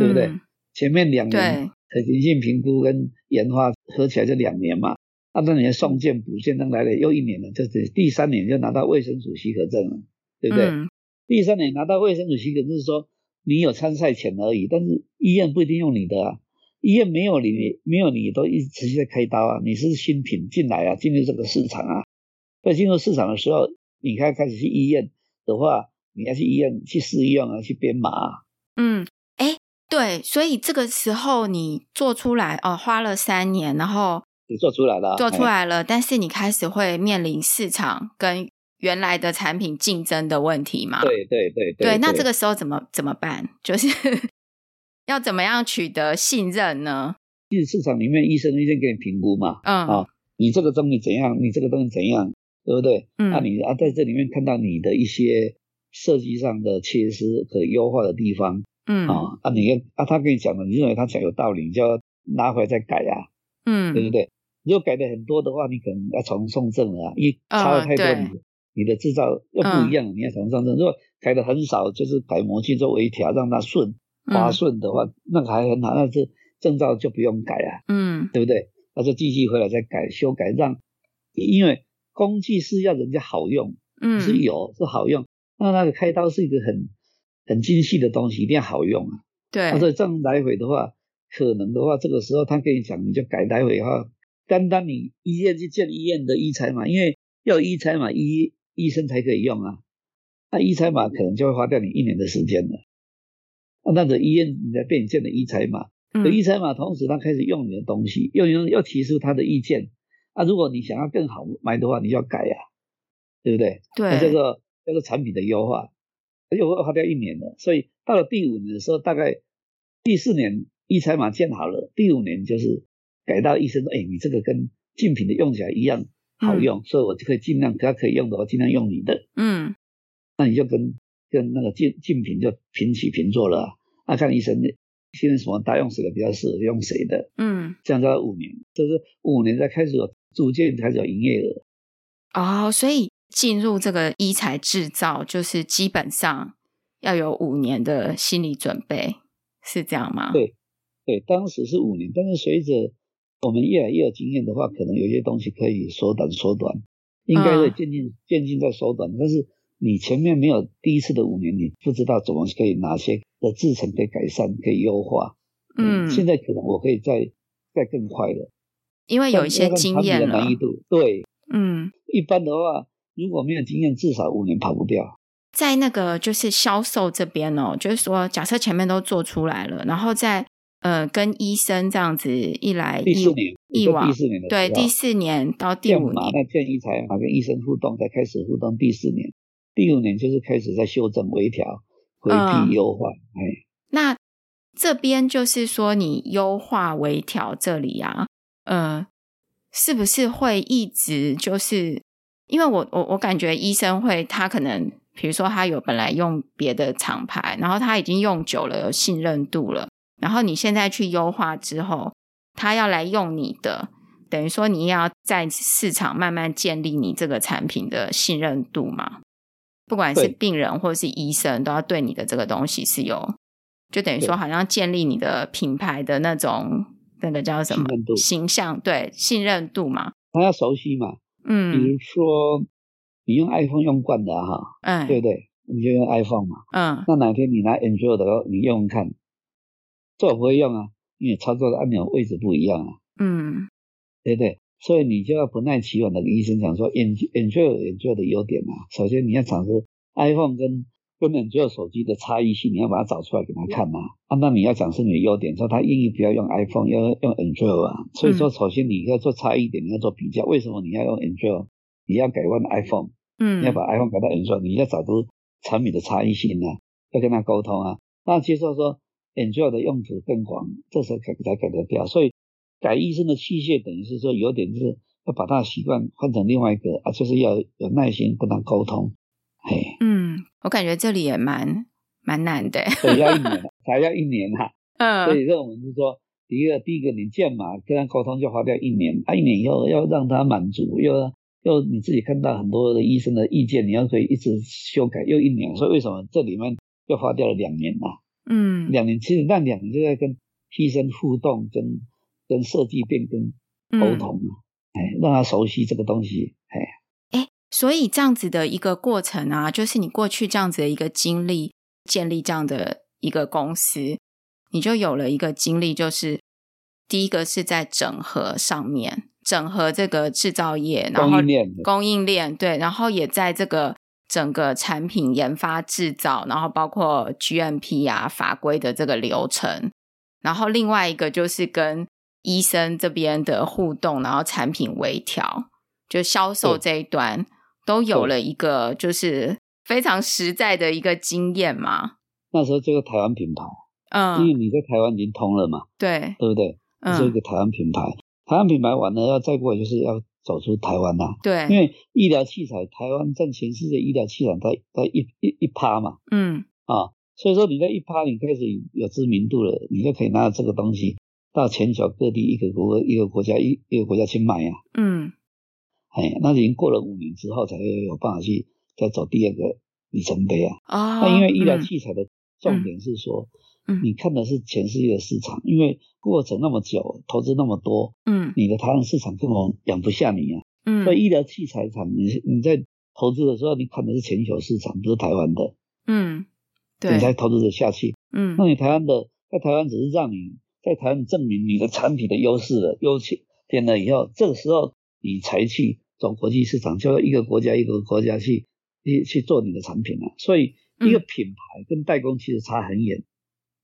Speaker 2: 对不对
Speaker 1: 嗯
Speaker 2: 前面两年
Speaker 1: 对，
Speaker 2: 可行性评估跟研发合起来就两年嘛，啊那当年送件补件等来了又一年了，就是第三年就拿到卫生署许可证了，对不对？
Speaker 1: 嗯
Speaker 2: 第三年拿到卫生署许可，就是说你有参赛权而已，但是医院不一定用你的啊，医院没有你，没有你都一直持续在开刀啊，你是新品进来啊，进入这个市场啊，在进入市场的时候，你看开始去医院的话，你要去医院去试用啊，去编码、啊，
Speaker 1: 嗯，哎，对，所以这个时候你做出来哦，花了三年，然后
Speaker 2: 你做出来了啊，
Speaker 1: 做出来
Speaker 2: 哎，
Speaker 1: 了，但是你开始会面临市场跟原来的产品竞争的问题嘛？
Speaker 2: 哎对对对
Speaker 1: 对那这
Speaker 2: 个
Speaker 1: 个时候怎么怎么办？就是 要怎么样取得信任呢？
Speaker 2: 进市场里面，医生医生给你评估嘛，
Speaker 1: 嗯、
Speaker 2: 哦你这个东西怎样，你这个东西怎样，对不对？
Speaker 1: 嗯，
Speaker 2: 那你啊，在这里面看到你的一些设计上的缺失可优化的地方
Speaker 1: 嗯、
Speaker 2: 啊、啊，你要啊，他跟你讲的，你认为他讲有道理，你就要拿回来再改啊，对不
Speaker 1: 嗯，
Speaker 2: 对？如果改的很多的话，你可能要重送证了啊，因为差了太多
Speaker 1: 嗯
Speaker 2: 你，你的制造又不一样了，你要重送证。如果改的很少，就是改模具做微调，让它顺滑
Speaker 1: 嗯
Speaker 2: 顺的话，那个还很好，那这证照就不用改啊。
Speaker 1: 嗯
Speaker 2: 对不对？那就继续回来再改修改，让因为工具是要人家好用，
Speaker 1: 嗯，
Speaker 2: 是有是好用，那那个开刀是一个很很精细的东西，一定要好用啊。
Speaker 1: 对
Speaker 2: 那，所以这样来回的话，可能的话，这个时候他跟你讲，你就改来回的话，单单你医院去见医院的医材嘛，因为要有医材嘛，医医生才可以用啊。那医材码可能就会花掉你一年的时间了。啊那那个医院你才被你建的医材码，有
Speaker 1: 嗯
Speaker 2: 医生嘛，同时他开始用你的东西，用用要提出他的意见。啊，如果你想要更好卖的话，你就要改呀、对不对？那叫
Speaker 1: 对，
Speaker 2: 做叫做产品的优化，优化花掉一年了，所以到了第五年的时候，大概第四年医材码建好了，第五年就是改到医生说，哎，你这个跟竞品的用起来一样好用，所以我就可以尽量，他可以用的我尽量用你的。
Speaker 1: 嗯
Speaker 2: 跟那个竞竞品就平起平坐了啊、啊。看医生现在什么大用谁的比较适合用谁的，
Speaker 1: 嗯，
Speaker 2: 这样到五年，就是五年才开始有逐渐开始有营业额。
Speaker 1: 哦，所以进入这个医材制造，就是基本上要有五年的心理准备，是这样吗？
Speaker 2: 对对，当时是五年，但是随着我们越来越有经验的话，可能有些东西可以缩短缩短，应该会
Speaker 1: 嗯
Speaker 2: 渐进渐进在缩短，但是。你前面没有第一次的五年，你不知道怎么可以哪些的制成可以改善、可以优化。
Speaker 1: 嗯，
Speaker 2: 现在可能我可以再再更快了，
Speaker 1: 因为有一些
Speaker 2: 但是要
Speaker 1: 经
Speaker 2: 看
Speaker 1: 验
Speaker 2: 产品的
Speaker 1: 了
Speaker 2: 难易，度，对，
Speaker 1: 嗯，
Speaker 2: 一般的话，如果没有经验，至少五年跑不掉。
Speaker 1: 在那个就是销售这边哦，就是说，假设前面都做出来了，然后再呃跟医生这样子一来
Speaker 2: 第
Speaker 1: 一
Speaker 2: 四年，
Speaker 1: 一
Speaker 2: 也就
Speaker 1: 往
Speaker 2: 第四年的
Speaker 1: 对
Speaker 2: 时候
Speaker 1: 第四年到第
Speaker 2: 建
Speaker 1: 五
Speaker 2: 嘛
Speaker 1: 年，
Speaker 2: 那建议才嘛跟医生互动，才开始互动。第四年，第五年就是开始在修正、微调、回
Speaker 1: 嗯
Speaker 2: 避、优化。哎、
Speaker 1: 那这边就是说，你优化微调这里啊，呃，是不是会一直就是？因为我我我感觉医生会，他可能比如说他有本来用别的厂牌，然后他已经用久了，有信任度了，然后你现在去优化之后，他要来用你的，等于说你也要在市场慢慢建立你这个产品的信任度嘛。不管是
Speaker 2: 对
Speaker 1: 病人或是医生，都要对你的这个东西是有，就等于说
Speaker 2: 对
Speaker 1: 好像建立你的品牌的那种那个叫什么
Speaker 2: 信任度
Speaker 1: 形象，对信任度嘛。
Speaker 2: 他要熟悉嘛。比
Speaker 1: 嗯
Speaker 2: 如说，你用 iPhone 用惯的啊哈、
Speaker 1: 嗯
Speaker 2: 对不对？你就用 iPhone 嘛。
Speaker 1: 嗯
Speaker 2: 那哪天你拿 Android 的时候，你用用看，这我不会用啊，因为操作的按钮位置不一样啊。
Speaker 1: 嗯
Speaker 2: 对不对？所以你就要不耐其烦的跟医生讲说，enjoy 有 enjoy 的优点啊。首先你要讲出 iPhone 跟跟 enjoy 手机的差异性，你要把它找出来给他看呐、啊。那你要讲是你的优点，说他愿意不要用 iPhone，要用 enjoy 啊。所以说，首先你要做差异点，你要做比较，为什么你要用 enjoy？你要改换 iPhone，
Speaker 1: 嗯，
Speaker 2: 你要把 iPhone 改到 Android，你要找出产品的差异性啊，要跟他沟通啊，那接受说 Android 的用途更广，这时候改才改得掉。所以改医生的器械，等于是说有点是要把他的习惯换成另外一个啊，就是要有耐心跟他沟通。嘿，
Speaker 1: 嗯，我感觉这里也蛮蛮难的。
Speaker 2: 对，要一年，啊才要一年哈、
Speaker 1: 嗯
Speaker 2: 所以说我们是说，第一个，第一个你见嘛，跟他沟通就花掉一年，啊，一年以后要让他满足，又要又你自己看到很多的医生的意见，你要可以一直修改，又一年，所以为什么这里面又花掉了两年啊？
Speaker 1: 嗯
Speaker 2: 两年其实那两年就在跟医生互动，跟跟设计变更沟
Speaker 1: 嗯，
Speaker 2: 通啊，哎，让他熟悉这个东西，哎，
Speaker 1: 所以这样子的一个过程啊，就是你过去这样子的一个经历，建立这样的一个公司，你就有了一个经历，就是第一个是在整合上面，整合这个制造业，然后
Speaker 2: 供应链的，
Speaker 1: 供应链对，然后也在这个整个产品研发、制造，然后包括 GMP 啊法规的这个流程，然后另外一个就是跟医生这边的互动，然后产品微调，就销售这一端都有了一个就是非常实在的一个经验嘛。
Speaker 2: 那时候这个台湾品牌，因
Speaker 1: 嗯
Speaker 2: 为，你在台湾已经通了嘛，
Speaker 1: 对，
Speaker 2: 对不对？是一
Speaker 1: 嗯，
Speaker 2: 个台湾品牌。台湾品牌完了，要再过来就是要走出台湾啊啦、因
Speaker 1: 对，
Speaker 2: 为医疗器材，台湾占全世界医疗器材在在一一一趴嘛
Speaker 1: 嗯
Speaker 2: 啊，所以说你在一趴，你开始有知名度了，你就可以拿着这个东西到全球各地一个国一个国家一一个国家去卖呀、
Speaker 1: 嗯
Speaker 2: 哎，那已经过了五年之后，才会有办法去再走第二个里程碑啊。
Speaker 1: 哦，
Speaker 2: 那因为医疗
Speaker 1: 嗯
Speaker 2: 器材的重点是说，
Speaker 1: 嗯嗯
Speaker 2: 你看的是全世界的市场，因为过程那么久，投资那么多，
Speaker 1: 嗯
Speaker 2: 你的台湾市场根本养不下你啊。
Speaker 1: 嗯
Speaker 2: 所以医疗器材厂，你你在投资的时候，你看的是全球市场，不是台湾的，
Speaker 1: 嗯，
Speaker 2: 你
Speaker 1: 对，
Speaker 2: 才投资的下去。
Speaker 1: 嗯
Speaker 2: 那你台湾的在台湾只是让你在台湾证明你的产品的优势了，优势点了以后，这个时候你才去走国际市场，就要一个国家一个国家去去去做你的产品啊。所以一个
Speaker 1: 嗯
Speaker 2: 品牌跟代工其实差很远，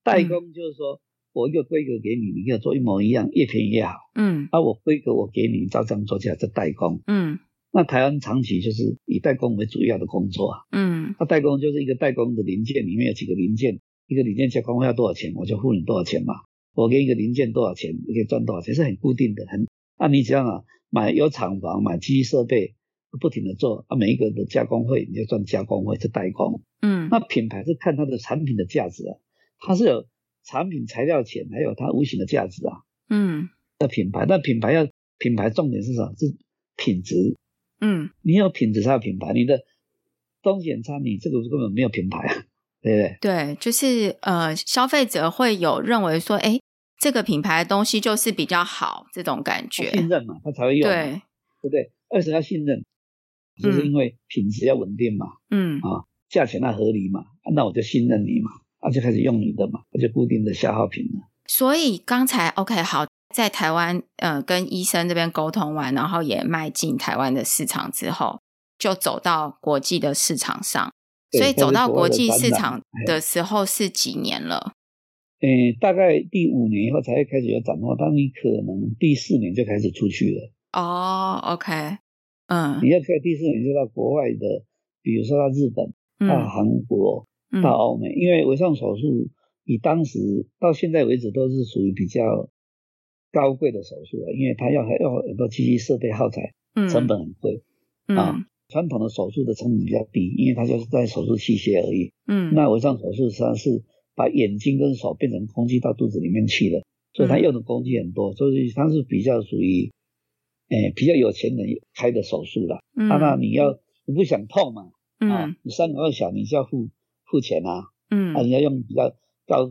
Speaker 2: 代工就是说我一个规格给你，你给我做一模一样，越便宜越好。
Speaker 1: 嗯
Speaker 2: 啊，我规格我给你，照这样做起来叫代工。
Speaker 1: 嗯
Speaker 2: 那台湾长期就是以代工为主要的工作啊，
Speaker 1: 嗯
Speaker 2: 那代工就是一个代工的零件里面有几个零件，一个零件加工费要多少钱，我就付你多少钱嘛。我给一个零件多少钱，你可以赚多少钱，是很固定的，很啊，你只要啊买有厂房，买机器设备，不停的做啊，每一个的加工费你就赚加工费，是代工。
Speaker 1: 嗯，
Speaker 2: 那品牌是看它的产品的价值啊，它是有产品材料钱，还有它无形的价值啊。
Speaker 1: 嗯
Speaker 2: 品牌，但品牌要品牌重点是什么？是品质。
Speaker 1: 嗯
Speaker 2: 你有品质才有品牌，你的东西很差，你这个根本没有品牌啊， 对不对？
Speaker 1: 对，就是呃，消费者会有认为说，哎，这个品牌的东西就是比较好这种感
Speaker 2: 他
Speaker 1: 觉，
Speaker 2: 信任嘛，他才会用嘛，
Speaker 1: 对，
Speaker 2: 对不对？二是要信任，就是因为品质要稳定嘛，
Speaker 1: 嗯
Speaker 2: 价钱要合理嘛，啊那我就信任你嘛，那、就开始用你的嘛，那就固定的消耗品了。
Speaker 1: 所以刚才 OK 好，在台湾呃跟医生这边沟通完，然后也迈进台湾的市场之后，就走到国际的市场上。
Speaker 2: 对
Speaker 1: 所以走到国际市
Speaker 2: 它是国外的展览哎
Speaker 1: 场的时候是几年了？
Speaker 2: 诶、呃大概第五年以后才会开始有展望，但你可能第四年就开始出去了。
Speaker 1: 哦，OK，嗯
Speaker 2: 你要在第四年就到国外的，比如说到日本、到
Speaker 1: 嗯
Speaker 2: 韩国、
Speaker 1: 嗯
Speaker 2: 哦到欧美，因为微创手术以当时到现在为止都是属于比较高贵的手术啊了，因为它要要很多机器设备耗材，
Speaker 1: 嗯
Speaker 2: 成本很贵。啊
Speaker 1: 嗯
Speaker 2: 传统的手术的成本比较低，因为它就是在手术器械而已。
Speaker 1: 嗯
Speaker 2: 那微创手术实际上是把眼睛跟手变成空气到肚子里面去了，所以它
Speaker 1: 嗯
Speaker 2: 用的工具很多，所以它是比较属于，诶、比较有钱人开的手术啦。
Speaker 1: 嗯
Speaker 2: 啊，那你要你不想痛嘛？啊
Speaker 1: 嗯，
Speaker 2: 你伤口要小，你就要付付钱啊。
Speaker 1: 嗯
Speaker 2: 啊，你要用比较高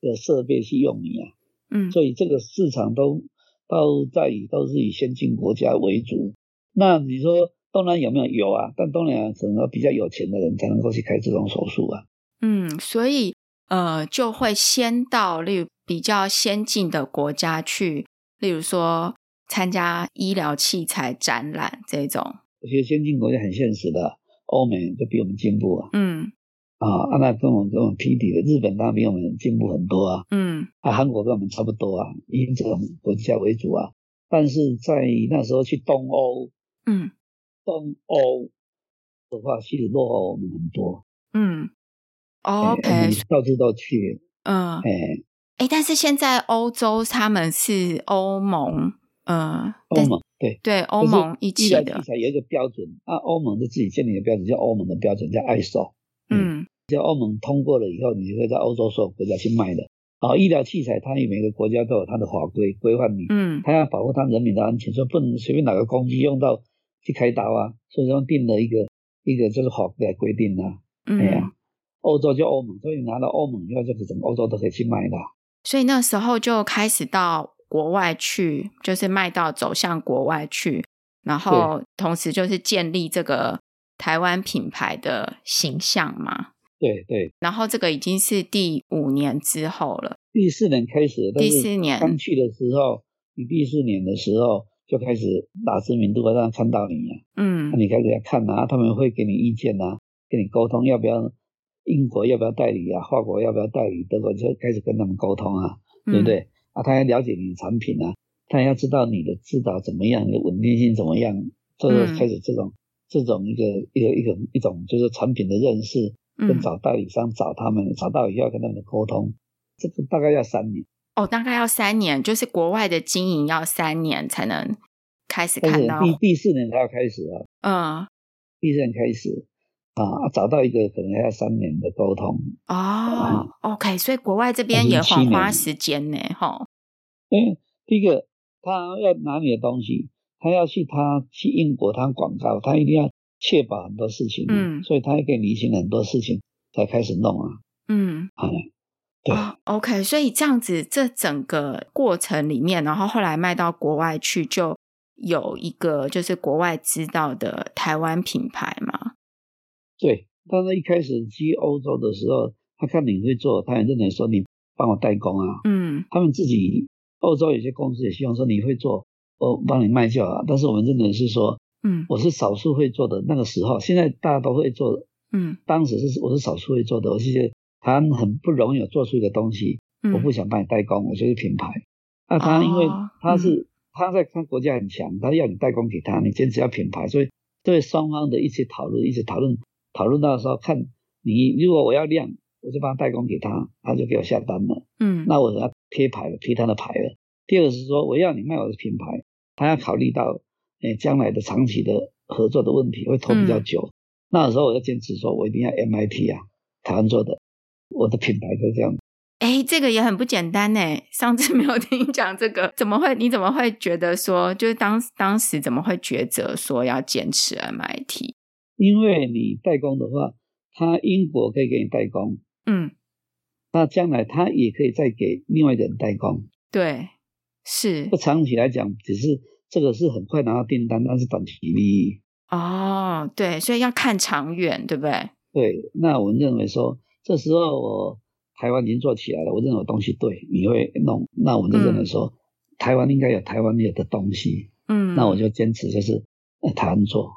Speaker 2: 的设备去用你啊，
Speaker 1: 嗯
Speaker 2: 所以这个市场都都在以都是以先进国家为主。那你说东南亚有没有？有啊，但东南亚可能要比较有钱的人才能够去开这种手术啊。
Speaker 1: 嗯，所以呃，就会先到例如比较先进的国家去，例如说参加医疗器材展览这种。
Speaker 2: 有些先进国家很现实的，啊欧美就比我们进步啊，
Speaker 1: 嗯
Speaker 2: 啊，啊那跟我们跟我们匹敌的，日本当然比我们进步很多啊，
Speaker 1: 嗯
Speaker 2: 啊，韩国跟我们差不多啊，以这种国家为主啊。但是在那时候去东欧，
Speaker 1: 嗯
Speaker 2: 东欧的话，其实落后我们很多。
Speaker 1: 嗯。
Speaker 2: 哎
Speaker 1: OK，
Speaker 2: 我们到处都去，
Speaker 1: 嗯，
Speaker 2: 哎、
Speaker 1: 哎，但是现在欧洲他们是欧盟，呃，
Speaker 2: 欧
Speaker 1: 但
Speaker 2: 盟对，
Speaker 1: 对欧
Speaker 2: 可是
Speaker 1: 盟一
Speaker 2: 医
Speaker 1: 起
Speaker 2: 疗
Speaker 1: 的
Speaker 2: 器，材有一个标准，啊，欧盟就自己建立的标准叫欧盟的标准叫 ISO，
Speaker 1: 嗯
Speaker 2: 就欧盟通过了以后，你就会在欧洲所有国家去卖的。啊、医疗器材它与每个国家都有它的法规规范你，
Speaker 1: 嗯
Speaker 2: 它要保护它人民的安全，所以不能随便哪个工具用到去开刀啊。所以说定了一个一个就是法规来规定啊。哎呀、
Speaker 1: 嗯，
Speaker 2: 欧洲就欧盟，所以你拿到欧盟以后，就是整个欧洲都可以去卖的。啊
Speaker 1: 所以那时候就开始到国外去，就是卖到走向国外去，然后同时就是建立这个台湾品牌的形象嘛。
Speaker 2: 对对，
Speaker 1: 然后这个已经是第五年之后了，
Speaker 2: 第四年开始，但
Speaker 1: 第
Speaker 2: 是
Speaker 1: 四年
Speaker 2: 刚去的时候，你第四年的时候就开始打知名度啊，让人看到你呀、
Speaker 1: 嗯
Speaker 2: 那你开始要看啊，他们会给你意见啊，跟你沟通要不要英国要不要代理啊，法国要不要代理，德国就开始跟他们沟通啊，
Speaker 1: 嗯
Speaker 2: 对不？对？啊，他要了解你的产品啊，他要知道你的指导怎么样，你的稳定性怎么样，就是
Speaker 1: 嗯
Speaker 2: 开始这种、这种一个一个一个一种就是产品的认识，
Speaker 1: 嗯
Speaker 2: 跟
Speaker 1: 嗯
Speaker 2: 找代理商找他们找到以后跟他们的沟通，这个大概要三年。
Speaker 1: 哦，大概要三年，就是国外的经营要三年才能开始
Speaker 2: 但
Speaker 1: 看
Speaker 2: 是
Speaker 1: 到，
Speaker 2: 第第四年才要开始啊，
Speaker 1: 嗯
Speaker 2: 第四年开始啊，找到一个可能还要三年的沟通，
Speaker 1: 哦，OK，所以国外这边
Speaker 2: 已经
Speaker 1: 也
Speaker 2: 七
Speaker 1: 很花
Speaker 2: 年
Speaker 1: 时间呢，哈，
Speaker 2: 因为第一个他要拿你的东西，他要去他去英国他广告，他一定要确保很多事情，
Speaker 1: 嗯
Speaker 2: 所以他也可以理清很多事情才开始弄啊，
Speaker 1: 嗯，
Speaker 2: 哎，对，
Speaker 1: 哦 OK，所以这样子，这整个过程里面，然后后来卖到国外去，就有一个就是国外知道的台湾品牌嘛。
Speaker 2: 对。但是一开始去欧洲的时候，他看你会做，他也认为说你帮我代工啊，
Speaker 1: 嗯
Speaker 2: 他们自己欧洲有些公司也希望说你会做，我帮你卖就好啊。但是我们认为是说
Speaker 1: 嗯
Speaker 2: 我是少数会做的，那个时候现在大家都会做的，
Speaker 1: 嗯
Speaker 2: 当时是我是少数会做的，我是觉得台湾很不容易有做出一个东西，
Speaker 1: 嗯，
Speaker 2: 我不想帮你代工，我就是品牌。那他因为
Speaker 1: 哦
Speaker 2: 他是、他在看国家很强，他要你代工给他，你坚持要品牌，所以对双方的一起讨论，一起讨论，讨论到的时候看你如果我要量，我就帮他代工给他，他就给我下单了，
Speaker 1: 嗯
Speaker 2: 那我要贴牌了，贴他的牌了。第二个是说我要你卖我的品牌，他要考虑到诶将来的长期的合作的问题，会拖比较
Speaker 1: 嗯
Speaker 2: 久。那时候我就坚持说我一定要 MIT 啊，台湾做的，我的品牌就这样。
Speaker 1: 哎，这个也很不简单呢。上次没有听你讲这个，怎么会？你怎么会觉得说，就是当当时怎么会抉择说要坚持 MIT？
Speaker 2: 因为你代工的话，他英国可以给你代工，
Speaker 1: 嗯，
Speaker 2: 那将来他也可以再给另外一个人代工。
Speaker 1: 对，是
Speaker 2: 这长期来讲，只是这个是很快拿到订单，但是短期利益。
Speaker 1: 哦，对，所以要看长远，对不对？
Speaker 2: 对，那我们认为说，这时候我台湾已经做起来了，我认为我东西对，你会弄，那我们就认为说，台湾应该有台湾有的东西，
Speaker 1: 嗯，
Speaker 2: 那我就坚持就是、呃、台湾做，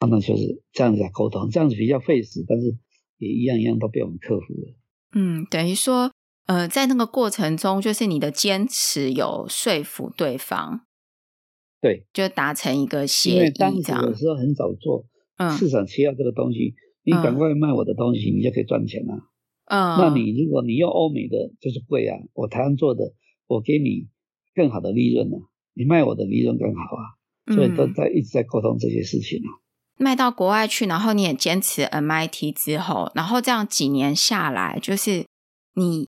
Speaker 2: 那么就是这样子来沟通，这样子比较费时，但是也一样一样都被我们克服了。
Speaker 1: 嗯，等于说，呃，在那个过程中，就是你的坚持有说服对方，
Speaker 2: 对，
Speaker 1: 就达成一个
Speaker 2: 因
Speaker 1: 协
Speaker 2: 为
Speaker 1: 议
Speaker 2: 当
Speaker 1: 这
Speaker 2: 时
Speaker 1: 样
Speaker 2: 有。时候很早做，
Speaker 1: 嗯
Speaker 2: 市场需要这个东西，你
Speaker 1: 嗯
Speaker 2: 赶快卖我的东西，你就可以赚钱了、啊
Speaker 1: 嗯，
Speaker 2: 那你如果你用欧美的，就是贵啊，我台湾做的，我给你更好的利润啊，你卖我的利润更好啊，所以都
Speaker 1: 嗯、
Speaker 2: 在一直在沟通这些事情啊。
Speaker 1: 卖到国外去，然后你也坚持 MIT 之后，然后这样几年下来，就是你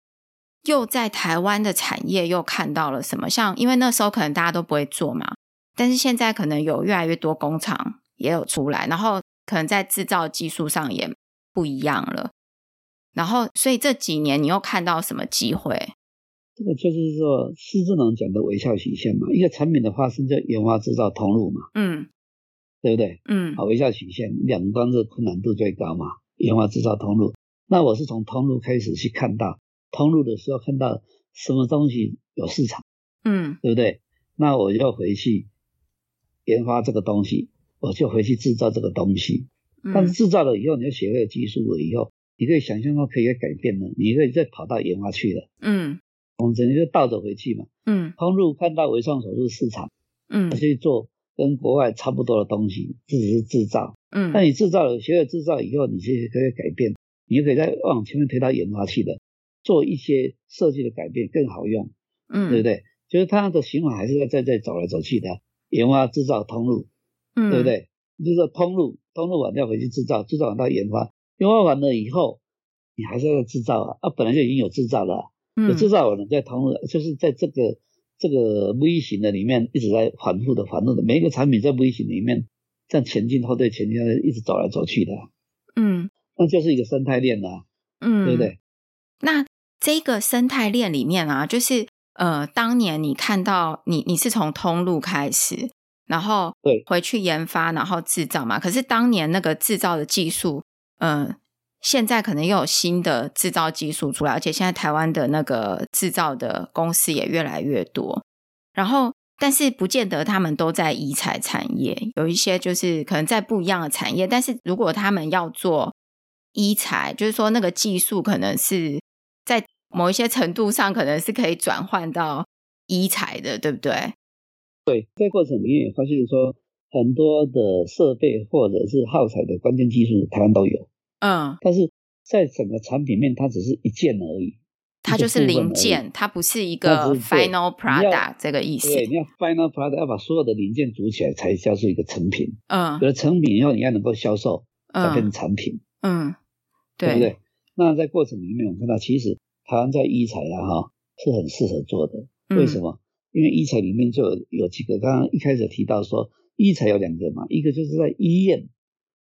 Speaker 1: 又在台湾的产业又看到了什么？像因为那时候可能大家都不会做嘛，但是现在可能有越来越多工厂也有出来，然后可能在制造技术上也不一样了。然后，所以这几年你又看到什么机会？
Speaker 2: 这个就是说施正荣讲的微笑曲线嘛，一个产品的发生叫研发制造通路嘛，
Speaker 1: 嗯
Speaker 2: 对不对？
Speaker 1: 嗯
Speaker 2: 好，微笑曲线两端是困难度最高嘛，研发制造通路。那我是从通路开始去看到通路的时候，看到什么东西有市场，
Speaker 1: 嗯
Speaker 2: 对不对？那我就回去研发这个东西，我就回去制造这个东西。但是
Speaker 1: 嗯
Speaker 2: 制造了以后，你就学会了技术了以后，你可以想象到可以改变了，你可以再跑到研发去了。
Speaker 1: 嗯
Speaker 2: 我们整天就倒着回去嘛，
Speaker 1: 嗯
Speaker 2: 通路看到微创手术市场，
Speaker 1: 嗯
Speaker 2: 去做跟国外差不多的东西，自己是制造。那
Speaker 1: 嗯
Speaker 2: 你制造了，学了制造以后，你其实可以改变，你就可以再往前面推到研发去的，做一些设计的改变更好用，
Speaker 1: 嗯，
Speaker 2: 对不对？就是它的循环还是在在在走来走去的，啊研发、制造、通路，
Speaker 1: 嗯？
Speaker 2: 对不？对？就是通路，通路完要回去制造，制造完到研发，研发完了以后，你还是要制造啊，啊，本来就已经有制造了啊、有
Speaker 1: 嗯
Speaker 2: 制造有人在同仁，就是在这个这个 V 型的里面一直在反复的、反复的，每一个产品在 V 型里面这样前进后退、前进后退，一直走来走去的，啊
Speaker 1: 嗯
Speaker 2: 那就是一个生态链啦、
Speaker 1: 嗯，
Speaker 2: 对不？对？
Speaker 1: 那这个生态链里面啊，就是呃，当年你看到你你是从通路开始，然后
Speaker 2: 对
Speaker 1: 回去研发，然后制造嘛。可是当年那个制造的技术，呃，现在可能又有新的制造技术出来，而且现在台湾的那个制造的公司也越来越多。然后，但是不见得他们都在移材产业，有一些就是可能在不一样的产业。但是如果他们要做医材，就是说那个技术可能是在某一些程度上，可能是可以转换到医材的，对不对？
Speaker 2: 在过程里面也发现说，很多的设备或者是耗材的关键技术，台湾都有，
Speaker 1: 嗯，
Speaker 2: 但是在整个产品面，它只是一件而已。
Speaker 1: 它
Speaker 2: 一
Speaker 1: 就
Speaker 2: 个
Speaker 1: 是
Speaker 2: 部分而
Speaker 1: 零
Speaker 2: 已
Speaker 1: 件，它不是一
Speaker 2: 它
Speaker 1: 个
Speaker 2: 只是对
Speaker 1: final
Speaker 2: 你要
Speaker 1: product 这个意思。
Speaker 2: 对，你要 final product 要把所有的零件组起来，才叫做一个成品。
Speaker 1: 嗯
Speaker 2: 有了成品以后，你要能够销售，才变成
Speaker 1: 嗯
Speaker 2: 产品。
Speaker 1: 嗯，
Speaker 2: 对不
Speaker 1: 对，
Speaker 2: 对？那在过程里面，我们看到其实台湾在医材啊哈是很适合做的，为什
Speaker 1: 嗯？
Speaker 2: 么？因为医材里面就有有几个，刚刚一开始提到说医材有两个嘛，一个就是在医院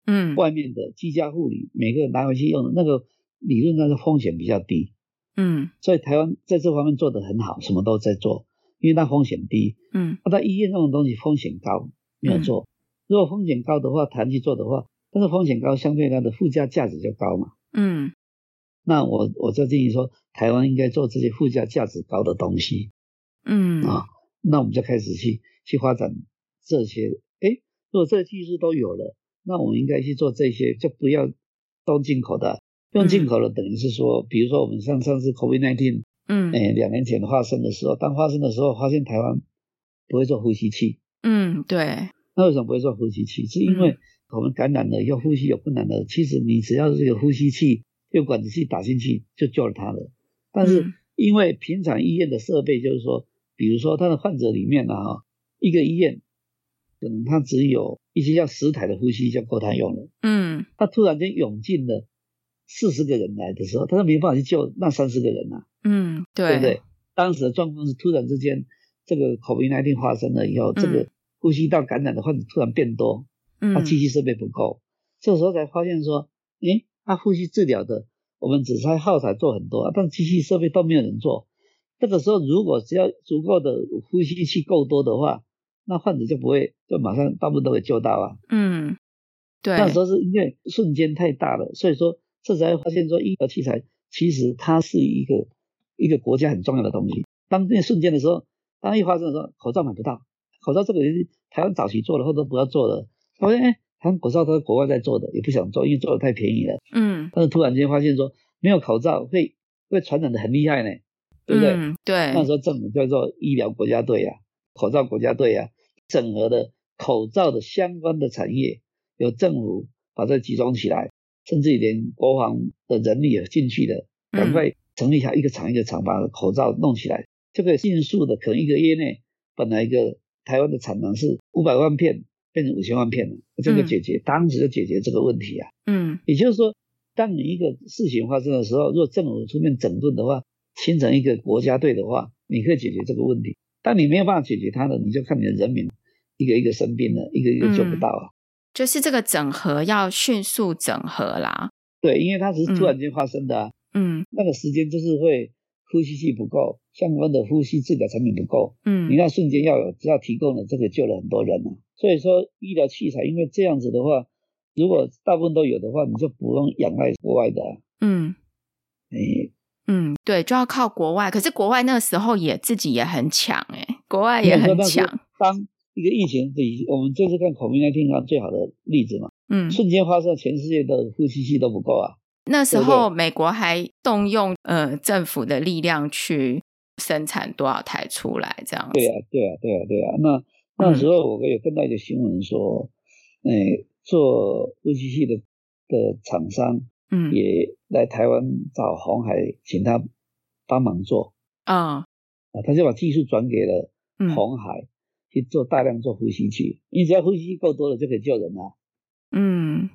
Speaker 1: 嗯
Speaker 2: 外面的居家护理，每个人拿回去用的那个理论上是风险比较低，
Speaker 1: 嗯
Speaker 2: 所以台湾在这方面做得很好，什么都在做，因为它风险低。
Speaker 1: 嗯
Speaker 2: 那在医院这种东西风险高，没有做。如果风险高的话，谈去做的话，但是风险高相对它的附加价值就高嘛。
Speaker 1: 嗯
Speaker 2: 那我我就建议说，台湾应该做这些附加价值高的东西。
Speaker 1: 嗯
Speaker 2: 啊那我们就开始去去发展这些。诶，如果这些技术都有了，那我们应该去做这些，就不要都进口的。用进口的等于是说，比如说我们像上次 COVID-19，
Speaker 1: 嗯
Speaker 2: 哎，两年前发生的时候，当发生的时候，发现台湾不会做呼吸器。
Speaker 1: 嗯，对，
Speaker 2: 那为什么不会做呼吸器？是因为我们感染了以后呼吸有困难了。其实你只要这个呼吸器、用管子器打进去就救了他了。
Speaker 1: 嗯
Speaker 2: 但是因为平常医院的设备，就是说，比如说他的患者里面呢、啊，一个医院可能他只有一些要十台的呼吸就够他用了。
Speaker 1: 嗯
Speaker 2: 他突然间涌进了四十个人来的时候，他都没办法去救那三十个人啊，
Speaker 1: 嗯，
Speaker 2: 对不对？当时的状况是突然之间，这个 COVID-19 发生了以后，这
Speaker 1: 嗯
Speaker 2: 个呼吸道感染的患者突然变多。他
Speaker 1: 嗯
Speaker 2: 机器设备不够，这时候才发现说，诶，他呼吸治疗的，我们只是耗材做很多啊，但机器设备都没有人做。这个时候，如果只要足够的呼吸器够多的话，那患者就不会就马上大部分都给救到啊。
Speaker 1: 嗯，对，
Speaker 2: 那时候是因为瞬间太大了，所以说这才发现说医疗器材其实它是一个一个国家很重要的东西。当那瞬间的时候，当一发生的时候，口罩买不到，口罩这个也是台湾早期做的，后都不要做了。发现哎，台湾口罩都是国外在做的，也不想做，因为做的太便宜了。
Speaker 1: 嗯
Speaker 2: 但是突然间发现说没有口罩会会传染的很厉害呢，对不对？
Speaker 1: 嗯对，
Speaker 2: 那时候政府叫做医疗国家队啊，口罩国家队啊，整合的口罩的相关的产业，由政府把这集中起来，甚至于连国防的人力也进去了，
Speaker 1: 嗯
Speaker 2: 赶快成立一下一个厂一个厂把口罩弄起来，就可以迅速的，可能一个月内，本来一个台湾的产能是五百万片，变成五千万片了，这个
Speaker 1: 嗯
Speaker 2: 解决、当时就解决这个问题啊。
Speaker 1: 嗯
Speaker 2: 也就是说，当你一个事情发生的时候，若政府出面整顿的话，形成一个国家队的话，你可以解决这个问题。但你没有办法解决它的，你就看你的人民一个一个生病了，一个一个救不到啊。
Speaker 1: 就是这个整合要迅速整合啦。
Speaker 2: 对，因为它只是突然间发生的、啊，
Speaker 1: 嗯
Speaker 2: 那个时间就是会呼吸器不够，相关的呼吸治疗产品不够，你
Speaker 1: 嗯
Speaker 2: 那瞬间要有，只要提供了这个，救了很多人啊。所以说，医疗器材因为这样子的话，如果大部分都有的话，你就不用仰赖国外的啊、
Speaker 1: 嗯
Speaker 2: 你
Speaker 1: 嗯，对，就要靠国外。可是国外那个时候也自己也很强哎、国外
Speaker 2: 你
Speaker 1: 也
Speaker 2: 看
Speaker 1: 很
Speaker 2: 当时
Speaker 1: 强。
Speaker 2: 当一个疫情比我们这次看 COVID-19 啊最好的例子嘛，
Speaker 1: 嗯，
Speaker 2: 瞬间发生，全世界的呼吸器都不够啊。
Speaker 1: 那时
Speaker 2: 对不
Speaker 1: 候
Speaker 2: 对
Speaker 1: 美国还动用呃政府的力量去生产多少台出来这样子。
Speaker 2: 对啊，对啊，对啊，对啊。
Speaker 1: 嗯
Speaker 2: 那那时候我也看到一个新闻说，哎、做呼吸器的的厂商
Speaker 1: 嗯
Speaker 2: 也来台湾找红海，请他帮忙做
Speaker 1: 嗯
Speaker 2: 啊，他就把技术转给了
Speaker 1: 嗯
Speaker 2: 红海、去做大量做呼吸器，你只要呼吸器够多了就可以救人了、啊。
Speaker 1: 嗯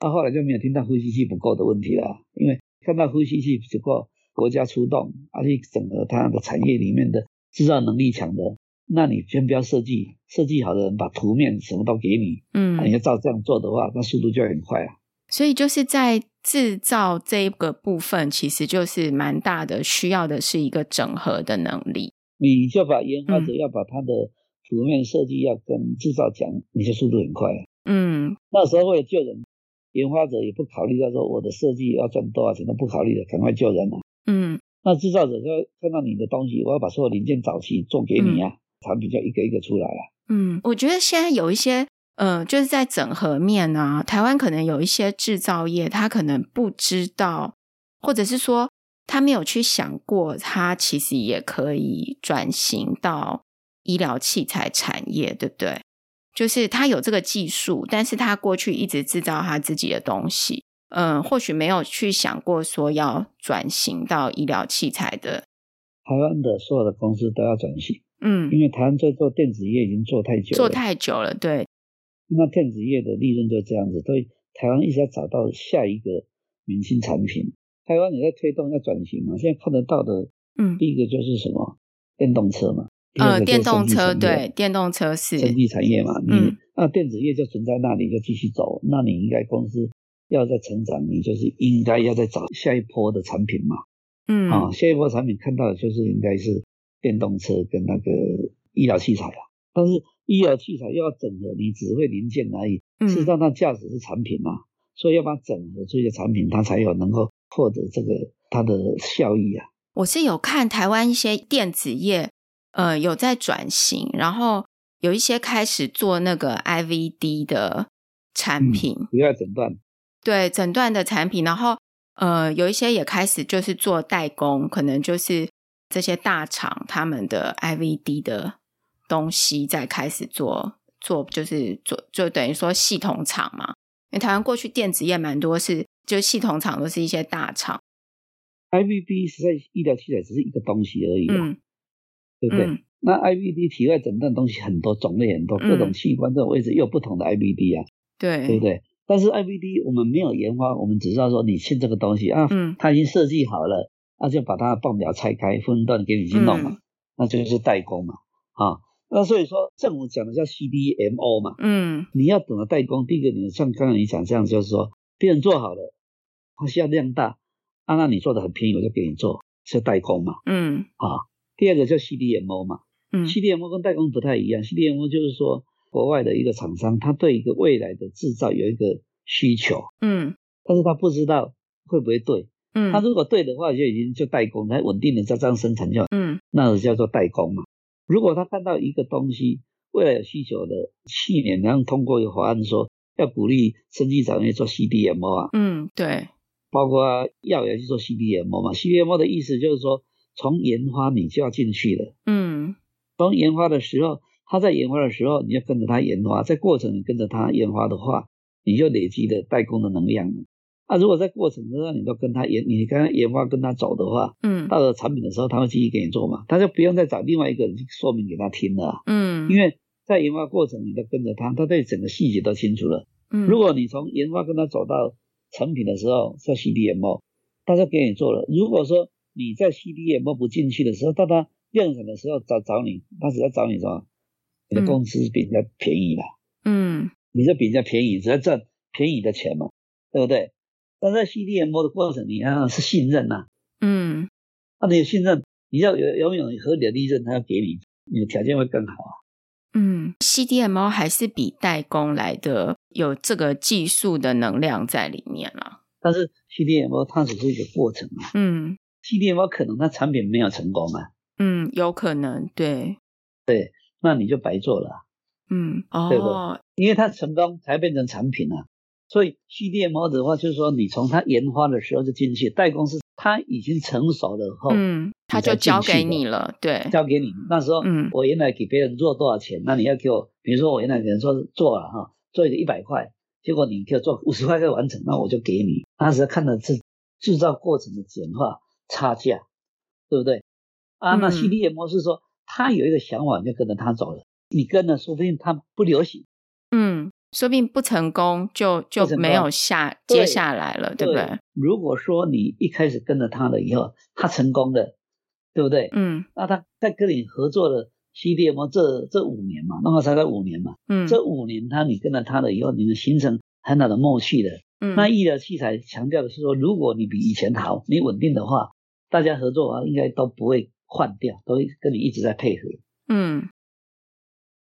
Speaker 2: 那、后来就没有听到呼吸器不够的问题了，因为看到呼吸器整个国家出动，而、啊、且整个它的产业里面的制造能力强的，那你先不要设计，设计好的人把图面什么都给你，
Speaker 1: 嗯
Speaker 2: 啊，你要照这样做的话，那速度就很快啊。
Speaker 1: 所以就是在制造这个部分，其实就是蛮大的，需要的是一个整合的能力。
Speaker 2: 你就把研发者要把他的图面设计要跟制造讲，你就速度很快啊。
Speaker 1: 嗯
Speaker 2: 那时候为了救人，研发者也不考虑到说我的设计要赚多少钱，都不考虑的，赶快救人啊。
Speaker 1: 嗯
Speaker 2: 那制造者就要看到你的东西，我要把所有零件早期做给你啊，产品就一个一个出来啊。
Speaker 1: 嗯，我觉得现在有一些呃，就是在整合面啊，台湾可能有一些制造业，他可能不知道，或者是说他没有去想过，他其实也可以转型到医疗器材产业，对不对？就是他有这个技术，但是他过去一直制造他自己的东西，嗯，或许没有去想过说要转型到医疗器材的，
Speaker 2: 台湾的所有的公司都要转型，
Speaker 1: 嗯，
Speaker 2: 因为台湾在做电子业已经做太久了，
Speaker 1: 做太久了，对，
Speaker 2: 那电子业的利润就这样子，所以台湾一直要找到下一个明星产品。台湾也在推动要转型嘛，现在看得到的
Speaker 1: 嗯，
Speaker 2: 第一个就是什么电动车嘛，第二
Speaker 1: 呃，
Speaker 2: 个就是
Speaker 1: 电动车
Speaker 2: 生技产业
Speaker 1: 对，电动车是，
Speaker 2: 生技产业嘛，你、
Speaker 1: 嗯
Speaker 2: 那电子业就存在那里，就继续走。那你应该公司要在成长，你就是应该要再找下一波的产品嘛。
Speaker 1: 嗯
Speaker 2: 啊、下一波产品看到的就是应该是电动车跟那个医疗器材啊。但是医疗器材又要整合，你只会零件而已，
Speaker 1: 嗯
Speaker 2: 事实上它价值是产品嘛，所以要把它整合出一个产品，它才有能够获得这个它的效益啊。
Speaker 1: 我是有看台湾一些电子业，呃，有在转型，然后有一些开始做那个 IVD 的
Speaker 2: 嗯
Speaker 1: 产品，
Speaker 2: 不要诊断，
Speaker 1: 对诊断的产品，然后呃，有一些也开始就是做代工，可能就是这些大厂他们的 IVD 的东西在开始做做，就是做就等于说系统厂嘛，因为台湾过去电子业蛮多是就系统厂都是一些大厂，
Speaker 2: IVB 实在医疗器材只是一个东西而已、啊，
Speaker 1: 嗯
Speaker 2: 对不对？
Speaker 1: 嗯
Speaker 2: 那 IVD 体外诊断东西很多种类很多，
Speaker 1: 嗯
Speaker 2: 各种器官这种位置又有不同的 IVD 啊，
Speaker 1: 对
Speaker 2: 对不对？但是 IVD 我们没有研发，我们只知道说你信这个东西啊，
Speaker 1: 嗯
Speaker 2: 它已经设计好了，那、就把它的泵表拆开分段给你去弄嘛，
Speaker 1: 嗯
Speaker 2: 那这就是代工嘛，啊，那所以说政府讲的叫 CDMO 嘛，
Speaker 1: 嗯
Speaker 2: 你要懂得代工，第一个你像刚刚你讲这样，就是说别人做好了，它需要量大，啊，那你做的很便宜，我就给你做，是代工嘛，
Speaker 1: 嗯
Speaker 2: 啊，第二个叫 CDMO 嘛。
Speaker 1: 嗯
Speaker 2: CDMO 跟代工不太一样，CDMO 就是说国外的一个厂商，他对一个未来的制造有一个需求，
Speaker 1: 嗯
Speaker 2: 但是他不知道会不会对。
Speaker 1: 嗯，
Speaker 2: 他如果对的话，就已经就代工，他稳定的在这样生产就好，
Speaker 1: 嗯
Speaker 2: 那个叫做代工嘛。如果他看到一个东西未来有需求的，去年然后通过一个法案说要鼓励生技产业做 CDMO 啊，
Speaker 1: 嗯对，
Speaker 2: 包括药也去做 CDMO 嘛。CDMO 的意思就是说，从研发你就要进去了。
Speaker 1: 嗯
Speaker 2: 从研发的时候，他在研发的时候，你就跟着他研发，在过程你跟着他研发的话，你就累积了代工的能量了。那、如果在过程中你都跟他研，你跟他研发跟他走的话，
Speaker 1: 嗯
Speaker 2: 到了产品的时候，他会继续给你做嘛，他就不用再找另外一个人去说明给他听了啊、
Speaker 1: 嗯，
Speaker 2: 因为在研发过程你都跟着他，他对整个细节都清楚了。
Speaker 1: 嗯
Speaker 2: 如果你从研发跟他走到成品的时候叫 CDMO，他就哦给你做了。如果说你在 CDMO 不进去的时候，到他量产的时候找找你，他只要找你什么，你的工资比人家便宜啦，
Speaker 1: 嗯
Speaker 2: 你就比人家便宜，只要赚便宜的钱嘛，对不对？但在 CDMO 的过程，你要是信任呐、
Speaker 1: 嗯
Speaker 2: 那你有信任，你要有拥有合理的利润，他要给你，你的条件会更好啊。
Speaker 1: 嗯，CDMO 还是比代工来的有这个技术的能量在里面了。
Speaker 2: 但是 CDMO 它只是一个过程啊
Speaker 1: 嗯
Speaker 2: ，CDMO 可能它产品没有成功啊，
Speaker 1: 嗯，有可能对，
Speaker 2: 那你就白做了啊、
Speaker 1: 嗯
Speaker 2: 对
Speaker 1: 哦，
Speaker 2: 因为它成功才变成产品啊。所以 CDMO 的话，就是说你从它研发的时候就进去，代工是它已经成熟了后、
Speaker 1: 嗯，他就
Speaker 2: 才进
Speaker 1: 交
Speaker 2: 去
Speaker 1: 给
Speaker 2: 的
Speaker 1: 你了，对，
Speaker 2: 交给你。那时候，
Speaker 1: 嗯
Speaker 2: 我原来给别人做多少钱，那你要给我，比如说我原来给人做做了哈，做一个一百块，结果你给我做五十块就完成，那我就给你。那时候看的是制造过程的简化差价，对不对？啊，那
Speaker 1: 嗯
Speaker 2: CDMO 是说他有一个想法，你就跟着他走了，你跟了，说不定他不流行。
Speaker 1: 嗯，说不定不成功就就
Speaker 2: 不成功
Speaker 1: 没有下
Speaker 2: 对
Speaker 1: 接下来了，对不对？
Speaker 2: 如果说你一开始跟着他了以后，他成功了，对不对？
Speaker 1: 嗯
Speaker 2: 那他在跟你合作了 CDM 这这五年嘛，那么才在五年嘛，
Speaker 1: 嗯
Speaker 2: 这五年他你跟了他了以后，你们形成很好的默契了。
Speaker 1: 嗯
Speaker 2: 那医疗器材强调的是说，如果你比以前好，你稳定的话，大家合作啊，应该都不会换掉，都会跟你一直在配合。
Speaker 1: 嗯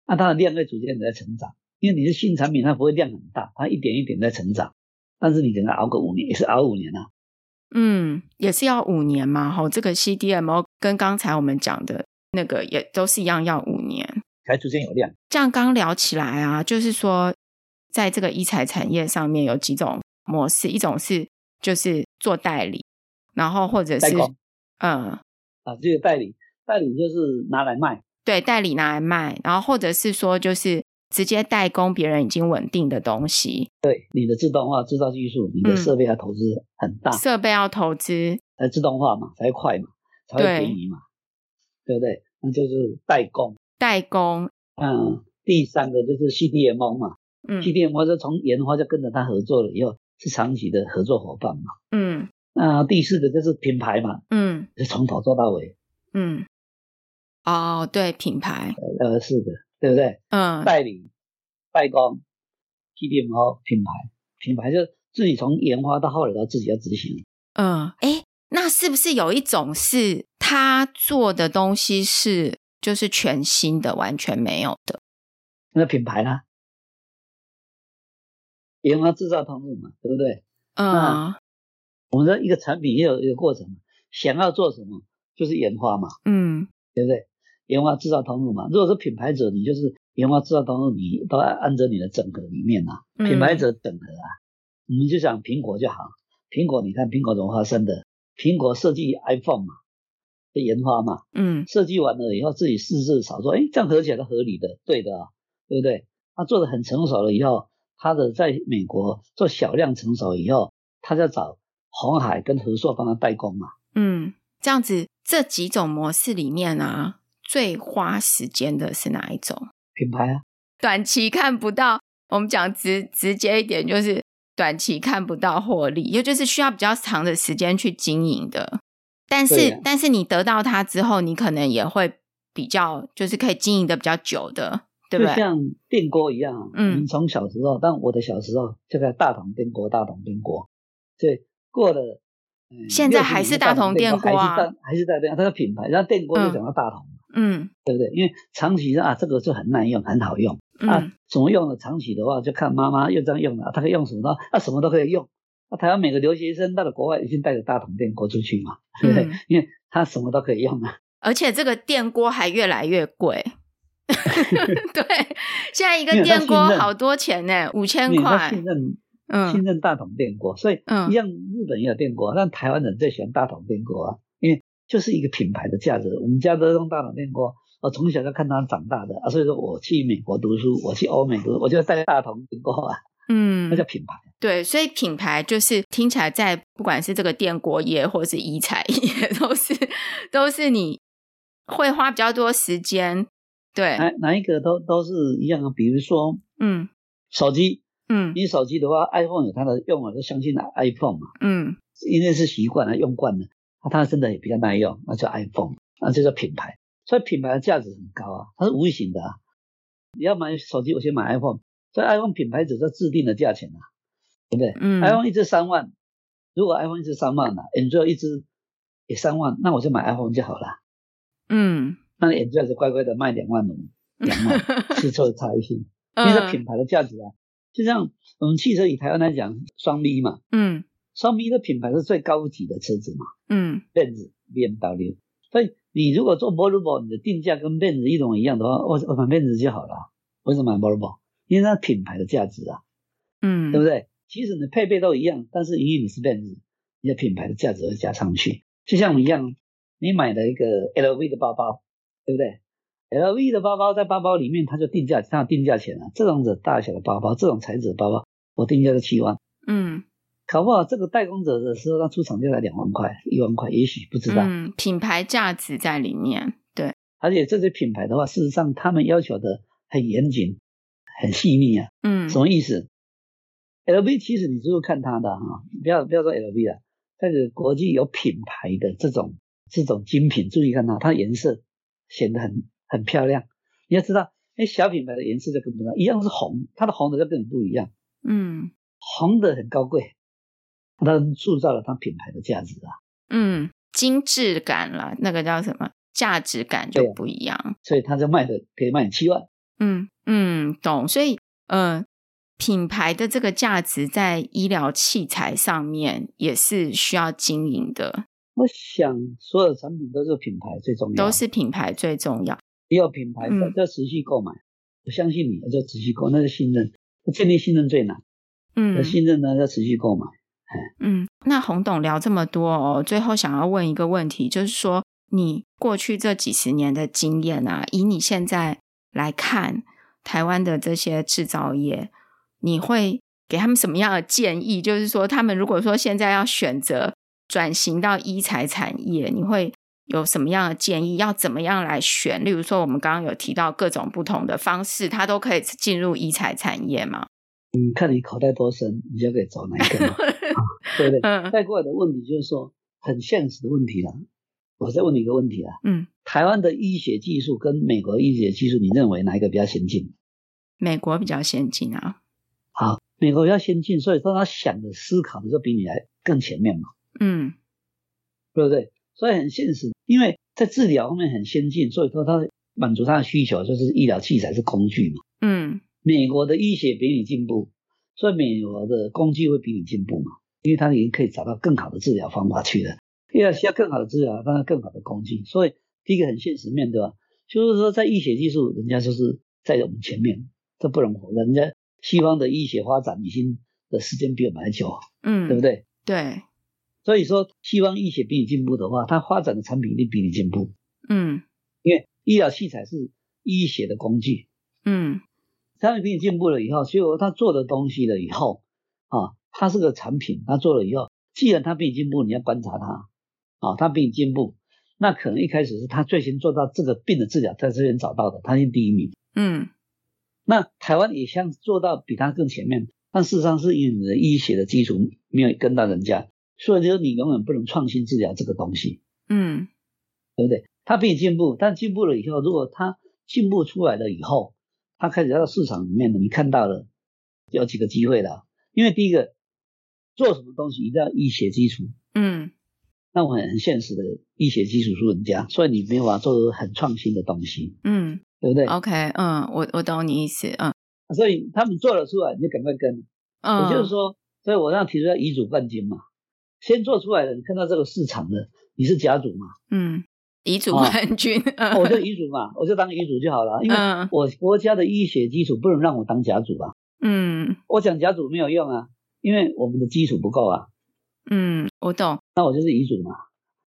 Speaker 2: 那它的量会逐渐地在成长，因为你是新产品，它不会量很大，它一点一点在成长。但是你给它熬个五年，也是熬五年啊。
Speaker 1: 嗯，也是要五年嘛，吼，这个 CDMO 跟刚才我们讲的那个也都是一样要五年。
Speaker 2: 才逐渐有量。
Speaker 1: 这样刚聊起来啊，就是说，在这个医材产业上面有几种模式，一种是就是做代理，然后或者是
Speaker 2: 代工
Speaker 1: 嗯，
Speaker 2: 啊，这个代理，代理就是拿来卖，
Speaker 1: 对，代理拿来卖，然后或者是说就是直接代工别人已经稳定的东西，
Speaker 2: 对你的自动化、制造技术，你
Speaker 1: 嗯
Speaker 2: 的设备要啊投资很大，
Speaker 1: 设备要投资，
Speaker 2: 才自动化嘛，才会快嘛，才会
Speaker 1: 对
Speaker 2: 便宜嘛，对不对？那就是代工。
Speaker 1: 代工，
Speaker 2: 嗯，第三个就是 CDMO 嘛、
Speaker 1: 嗯
Speaker 2: c d m o 是从研发就跟着他合作了以后，是长期的合作伙伴嘛。
Speaker 1: 嗯
Speaker 2: 那第四个就是品牌嘛，
Speaker 1: 嗯
Speaker 2: 就从头做到尾，
Speaker 1: 嗯，哦，对，品牌，
Speaker 2: 呃，四个，对不对？
Speaker 1: 嗯
Speaker 2: 代理、代工、CDMO 品牌，品牌就自己从研发到后来到自己要执行。
Speaker 1: 嗯，哎，那是不是有一种是他做的东西是就是全新的，完全没有的？
Speaker 2: 那品牌呢？研发制造通路嘛，对不对？
Speaker 1: 嗯
Speaker 2: 那我们说一个产品也有一个过程嘛，想要做什么就是研发嘛，
Speaker 1: 嗯
Speaker 2: 研发制造通路嘛。如果是品牌者，你就是研发制造通路，你都按按着你的整合里面啊，
Speaker 1: 嗯
Speaker 2: 品牌者整合啊。我们就讲苹果就好，苹果你看苹果怎么发生的？苹果设计 iPhone 嘛，就研发嘛，
Speaker 1: 嗯
Speaker 2: 设计完了以后自己试试少说，哎，这样合起来是合理的，对的啊，对不对？他做的很成熟了以后，他的在美国做小量成熟以后，他就找红海跟合硕帮他代工嘛。
Speaker 1: 嗯，这样子这几种模式里面啊，最花时间的是哪一种？
Speaker 2: 品牌啊，
Speaker 1: 短期看不到，我们讲直直接一点，就是短期看不到获利，也就是需要比较长的时间去经营的。但
Speaker 2: 对
Speaker 1: 是
Speaker 2: 呀，
Speaker 1: 但是你得到它之后，你可能也会比较，就是可以经营的比较久的，对不
Speaker 2: 就
Speaker 1: 对？
Speaker 2: 像电锅一样啊，
Speaker 1: 嗯
Speaker 2: 我们从小时候，但我的小时候就在大同电锅，大同电锅，对，过了。嗯
Speaker 1: 现在还是大同
Speaker 2: 60年
Speaker 1: 电锅啊
Speaker 2: 还是大还是大同电锅，它的品牌，然后电锅就讲到大同，
Speaker 1: 嗯
Speaker 2: 对不对？因为长期的啊，这个就很耐用，很好用。啊
Speaker 1: 嗯，
Speaker 2: 怎么用的？长期的话，就看妈妈用这样用的，她可以用什么呢？啊，什么都可以用。那、台湾每个留学生到了国外，已经带着大桶电锅出去嘛，对不对？
Speaker 1: 嗯，
Speaker 2: 因为他什么都可以用啊。
Speaker 1: 而且这个电锅还越来越 贵。对，现在一
Speaker 2: 没
Speaker 1: 个
Speaker 2: 有他
Speaker 1: 电锅
Speaker 2: 信任
Speaker 1: 好多钱呢、五千
Speaker 2: 因为他
Speaker 1: 块。
Speaker 2: 信任、信
Speaker 1: 嗯
Speaker 2: 任大桶电锅，所以
Speaker 1: 嗯
Speaker 2: 一样日本也有电锅，但台湾人最喜欢大桶电锅啊，因为就是一个品牌的价值。我们家都用大桶电锅，我从小就看他长大的啊，所以说我去美国读书，我去欧美读，我就带大桶电锅啊，那叫
Speaker 1: 嗯，
Speaker 2: 品牌。
Speaker 1: 对，所以品牌就是听起来在不管是这个电锅业或是医材业， 都是都是你会花比较多时间。对，
Speaker 2: 哪哪一个都都是一样啊，比如说
Speaker 1: 嗯
Speaker 2: 手机。
Speaker 1: 嗯
Speaker 2: 你手机的话，iPhone 有它的用法，就相信 iPhone 嘛，
Speaker 1: 嗯
Speaker 2: 因为是习惯了，用惯了，那它真的也比较耐用，那叫 iPhone，那这叫品牌。所以品牌的价值很高啊，它是无形的啊。你要买手机，我先买 iPhone，所以 iPhone 品牌者就制定了价钱啊。
Speaker 1: 嗯
Speaker 2: iPhone 一只三万，如果 iPhone 一只三万了、啊、，Android 一只也三万，那我就买 iPhone 就好了。
Speaker 1: 嗯，
Speaker 2: 那 Android 就乖乖的卖两万五，两 万是做差异性，因为
Speaker 1: 嗯
Speaker 2: 它品牌的价值啊。就像我们汽车以台湾来讲，双 V 嘛，
Speaker 1: 嗯
Speaker 2: 双 B 的品牌是最高级的车子嘛，
Speaker 1: 嗯
Speaker 2: benz BMW。所以你如果做 Volvo，你的定价跟 benz 一模一样的话，哦我我买 benz 就好了啊，为什么买 Volvo？因为它品牌的价值啊，
Speaker 1: 嗯，
Speaker 2: 对不对？其实你配备都一样，但是因为你是 benz，你的品牌的价值会加上去。就像我们一样，你买了一个 LV 的包包，对不对？LV 的包包在包包里面，它就定价，它有定价钱啊。这种的大小的包包，这种材质的包包，我定价是七万。
Speaker 1: 嗯
Speaker 2: 搞不好这个代工者的时候，他出厂就才两万块、一万块，也许不知道。
Speaker 1: 嗯，品牌价值在里面。对，
Speaker 2: 而且这些品牌的话，事实上他们要求的很严谨、很细腻啊。
Speaker 1: 嗯
Speaker 2: 什么意思？LV 其实你就是看它的哈，不要不要说 LV 了，但是国际有品牌的这种这种精品，注意看它，它的颜色显得很很漂亮。你要知道，哎，小品牌的颜色就跟不上，一样是红，它的红的就跟你不一样，
Speaker 1: 嗯
Speaker 2: 红的很高贵，它塑造了它品牌的价值啊。
Speaker 1: 嗯，精致感了，那个叫什么价值感就
Speaker 2: 对啊
Speaker 1: 不一样。
Speaker 2: 所以它就卖的可以卖你七万。
Speaker 1: 嗯嗯，懂。所以呃，品牌的这个价值在医疗器材上面也是需要经营的，
Speaker 2: 我想所有产品都是品牌最重要，
Speaker 1: 都是品牌最重要。
Speaker 2: 也有品牌
Speaker 1: 嗯
Speaker 2: 要持续购买。我相信你，要持续购，那是信任。建立信任最难，
Speaker 1: 嗯
Speaker 2: 那信任呢要持续购买。
Speaker 1: 嗯，那洪董聊这么多哦，最后想要问一个问题，就是说你过去这几十年的经验啊，以你现在来看台湾的这些制造业，你会给他们什么样的建议？就是说，他们如果说现在要选择转型到医材产业，你会有什么样的建议？要怎么样来选？例如说，我们刚刚有提到各种不同的方式，它都可以进入医材产业嘛？
Speaker 2: 你看你口袋多深，你就可以走哪一个 嘛，啊对不对？
Speaker 1: 嗯
Speaker 2: 带过来的问题就是说很现实的问题了。我再问你一个问题啦，
Speaker 1: 嗯，
Speaker 2: 台湾的医学技术跟美国医学技术，你认为哪一个比较先进？
Speaker 1: 美国比较先进啊。
Speaker 2: 美国比较先进，所以说他想的、思考的就比你来更前面嘛，
Speaker 1: 嗯
Speaker 2: 对不对？所以很现实，因为在治疗方面很先进，所以说他满足他的需求就是医疗器材是工具嘛。
Speaker 1: 嗯
Speaker 2: 美国的医学比你进步，所以美国的工具会比你进步嘛，因为他已经可以找到更好的治疗方法去了。要需要更好的治疗，当然更好的工具。所以第一个很现实面对吧？就是说在医学技术，人家就是在我们前面，这不容否认。人家西方的医学发展已经的时间比我们还久，
Speaker 1: 嗯，
Speaker 2: 对不对？
Speaker 1: 对，
Speaker 2: 所以说，西方医学比你进步的话，它发展的产品一定比你进步，
Speaker 1: 嗯
Speaker 2: 因为医疗器材是医学的工具，
Speaker 1: 嗯
Speaker 2: 产品比你进步了以后，所以他做的东西了以后，啊，它是个产品，它做了以后，既然它比你进步，你要观察它，啊，它比你进步，那可能一开始是他最先做到这个病的治疗，在这边找到的，他是第一名。
Speaker 1: 嗯
Speaker 2: 那台湾也想做到比他更前面，但事实上是因为你的医学的基础没有跟到人家，所以就是你永远不能创新治疗这个东西。
Speaker 1: 嗯
Speaker 2: 它比你进步，但进步了以后，如果它进步出来了以后，它开始到市场里面了，你看到了有几个机会了。因为第一个，做什么东西一定要医学基础，
Speaker 1: 嗯
Speaker 2: 那我很很现实的医学基础输人家，所以你没有办法做出很创新的东西，
Speaker 1: 嗯
Speaker 2: 对不对？
Speaker 1: ，OK，嗯，我我懂你意思，嗯
Speaker 2: 所以他们做了出来，你就赶快跟。
Speaker 1: 嗯，
Speaker 2: 也就是说，所以我让提出来乙组半斤嘛，先做出来了，你看到这个市场了，你是甲组嘛，
Speaker 1: 嗯，遗嘱
Speaker 2: 哦
Speaker 1: 冠军，
Speaker 2: 啊我就乙组嘛，我就当乙组就好了，因为
Speaker 1: 嗯
Speaker 2: 我国家的医学基础不能让我当甲组啊。
Speaker 1: 嗯
Speaker 2: 我讲甲组没有用啊，因为我们的基础不够啊。
Speaker 1: 嗯，我懂，
Speaker 2: 那我就是乙组嘛。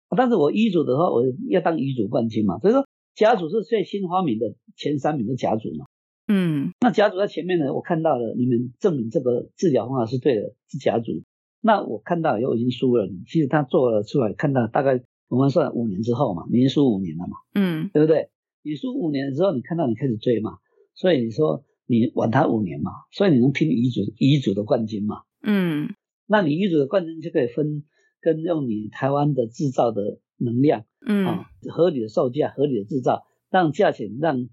Speaker 2: 啊但是我乙组的话，我要当乙组冠军嘛。所以说甲组是最新发明的前三名的甲组嘛。
Speaker 1: 嗯
Speaker 2: 那甲组在前面呢，我看到了你们证明这个治疗方法是对的，是甲组。那我看到以后已经输了，其实他做了出来，看到大概我们算五年之后嘛，你已经输五年了嘛，
Speaker 1: 嗯
Speaker 2: 对不对？你输五年之后，你看到你开始追嘛，所以你说你晚他五年嘛，所以你能拼乙组乙组的冠军嘛？
Speaker 1: 嗯
Speaker 2: 那你一组的冠军就可以分跟用你台湾的制造的能量
Speaker 1: 嗯
Speaker 2: 啊，合理的售价、合理的制造，让价钱让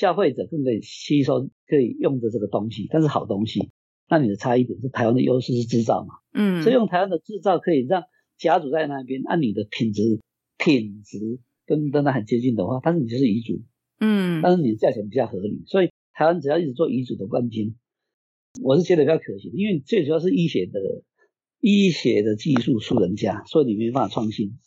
Speaker 2: 消费者更可以吸收、可以用的这个东西，但是好东西。那你的差异点是台湾的优势是制造嘛，
Speaker 1: 嗯，
Speaker 2: 所以用台湾的制造可以让甲组在那边，按、你的品质、品质跟跟它很接近的话，但是你就是乙组，
Speaker 1: 嗯
Speaker 2: 但是你的价钱比较合理，所以台湾只要一直做遗嘱的冠军，我是觉得比较可惜的，因为最主要是医学的医学的技术输人家，所以你没办法创新。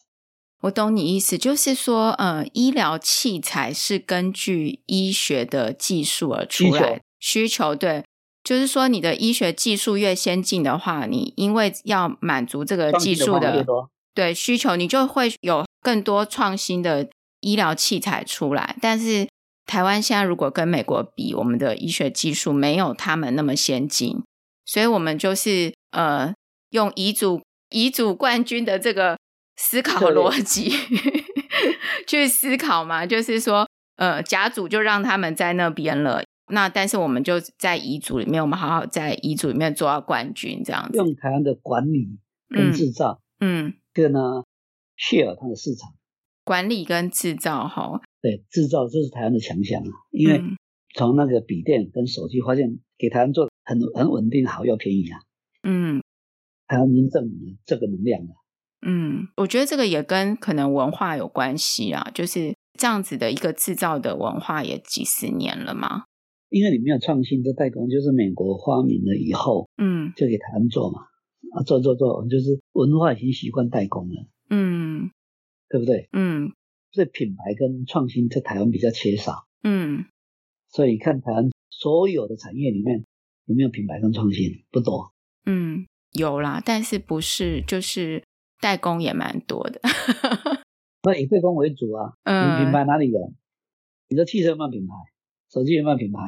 Speaker 1: 我懂你意思，就是说，呃，医疗器材是根据医学的技术而出来需求，对，就是说你的医学技术越先进的话，你因为要满足这个
Speaker 2: 创
Speaker 1: 呃技
Speaker 2: 新
Speaker 1: 术
Speaker 2: 方法越
Speaker 1: 的
Speaker 2: 多，
Speaker 1: 对需求，你就会有更多创新的医疗器材出来。但是台湾现在如果跟美国比，我们的医学技术没有他们那么先进，所以我们就是呃用遗嘱遗嘱冠军的这个思考
Speaker 2: 策略
Speaker 1: 逻辑 去思考嘛，就是说呃甲组就让他们在那边了，那但是我们就在乙组里面，我们好好在乙组里面做到冠军这样子。
Speaker 2: 用台湾的管理跟制造，
Speaker 1: 嗯，
Speaker 2: 这个呢 share 它的市场。
Speaker 1: 管理跟制造哈，
Speaker 2: 对，制造这是台湾的强项啊，因为
Speaker 1: 嗯
Speaker 2: 从那个笔电跟手机发现，给台湾做很很稳定、好又便宜啊，
Speaker 1: 嗯
Speaker 2: 台湾已经证明了这个能量了。啊
Speaker 1: 嗯，我觉得这个也跟可能文化有关系啊，就是这样子的一个制造的文化也几十年了嘛。
Speaker 2: 因为你没有创新的代工，就是美国发明了以后
Speaker 1: 嗯
Speaker 2: 就给台湾做嘛，啊，做做做，就是文化已经习惯代工了，
Speaker 1: 嗯
Speaker 2: 对不对？
Speaker 1: 嗯
Speaker 2: 所以品牌跟创新在台湾比较缺少，
Speaker 1: 嗯
Speaker 2: 所以看台湾所有的产业里面有没有品牌跟创新不多，
Speaker 1: 嗯，有啦，但是不是就是代工也蛮多的。
Speaker 2: 那以代工为主啊，你
Speaker 1: 嗯
Speaker 2: 品牌哪里有？你的汽车有没有品牌？手机有没有品牌？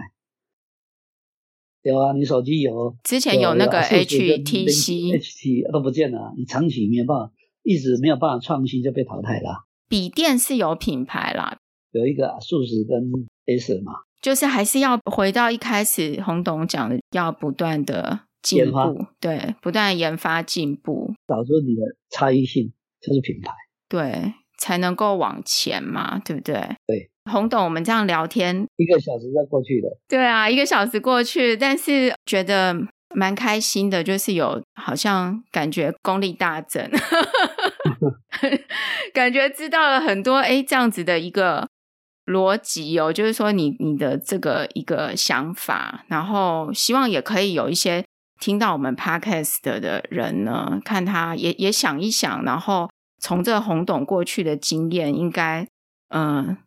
Speaker 2: 有啊，你手机有，啊
Speaker 1: 之前有那个 HTC
Speaker 2: HT 都不见了啊，你长期没有办法，一直没有办法创新就被淘汰了啊。
Speaker 1: 笔电是有品牌啦，
Speaker 2: 有一个啊数十跟 S 嘛，
Speaker 1: 就是还是要回到一开始洪董讲的，要不断的进
Speaker 2: 研发
Speaker 1: 步，对，不断地研发进步，
Speaker 2: 找出你的差异性，就是品牌。
Speaker 1: 对，才能够往前嘛，对不对？
Speaker 2: 对，
Speaker 1: 洪董，我们这样聊天，
Speaker 2: 一个小时就过去了，
Speaker 1: 对啊，一个小时过去，但是觉得蛮开心的，就是有好像感觉功力大增，感觉知道了很多诶这样子的一个逻辑哦，就是说你你的这个一个想法，然后希望也可以有一些听到我们 podcast 的的人呢，看他也也想一想，然后从这红董过去的经验，应该嗯。呃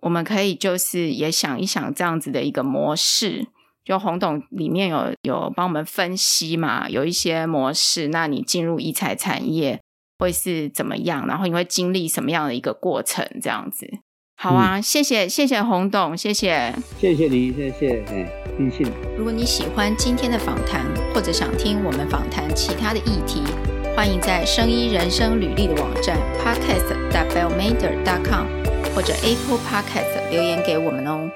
Speaker 1: 我们可以就是也想一想这样子的一个模式。就洪董里面有有帮我们分析嘛，有一些模式，那你进入一彩产业会是怎么样？然后你会经历什么样的一个过程？这样子，好啊，谢谢谢谢洪董，谢谢。
Speaker 2: 谢谢你，谢谢，哎，谢谢。
Speaker 1: 如果你喜欢今天的访谈，或者想听我们访谈其他的议题，欢迎在生医人生履历的网站 podcast bellmader com 或者 Apple Podcast 留言给我们哦。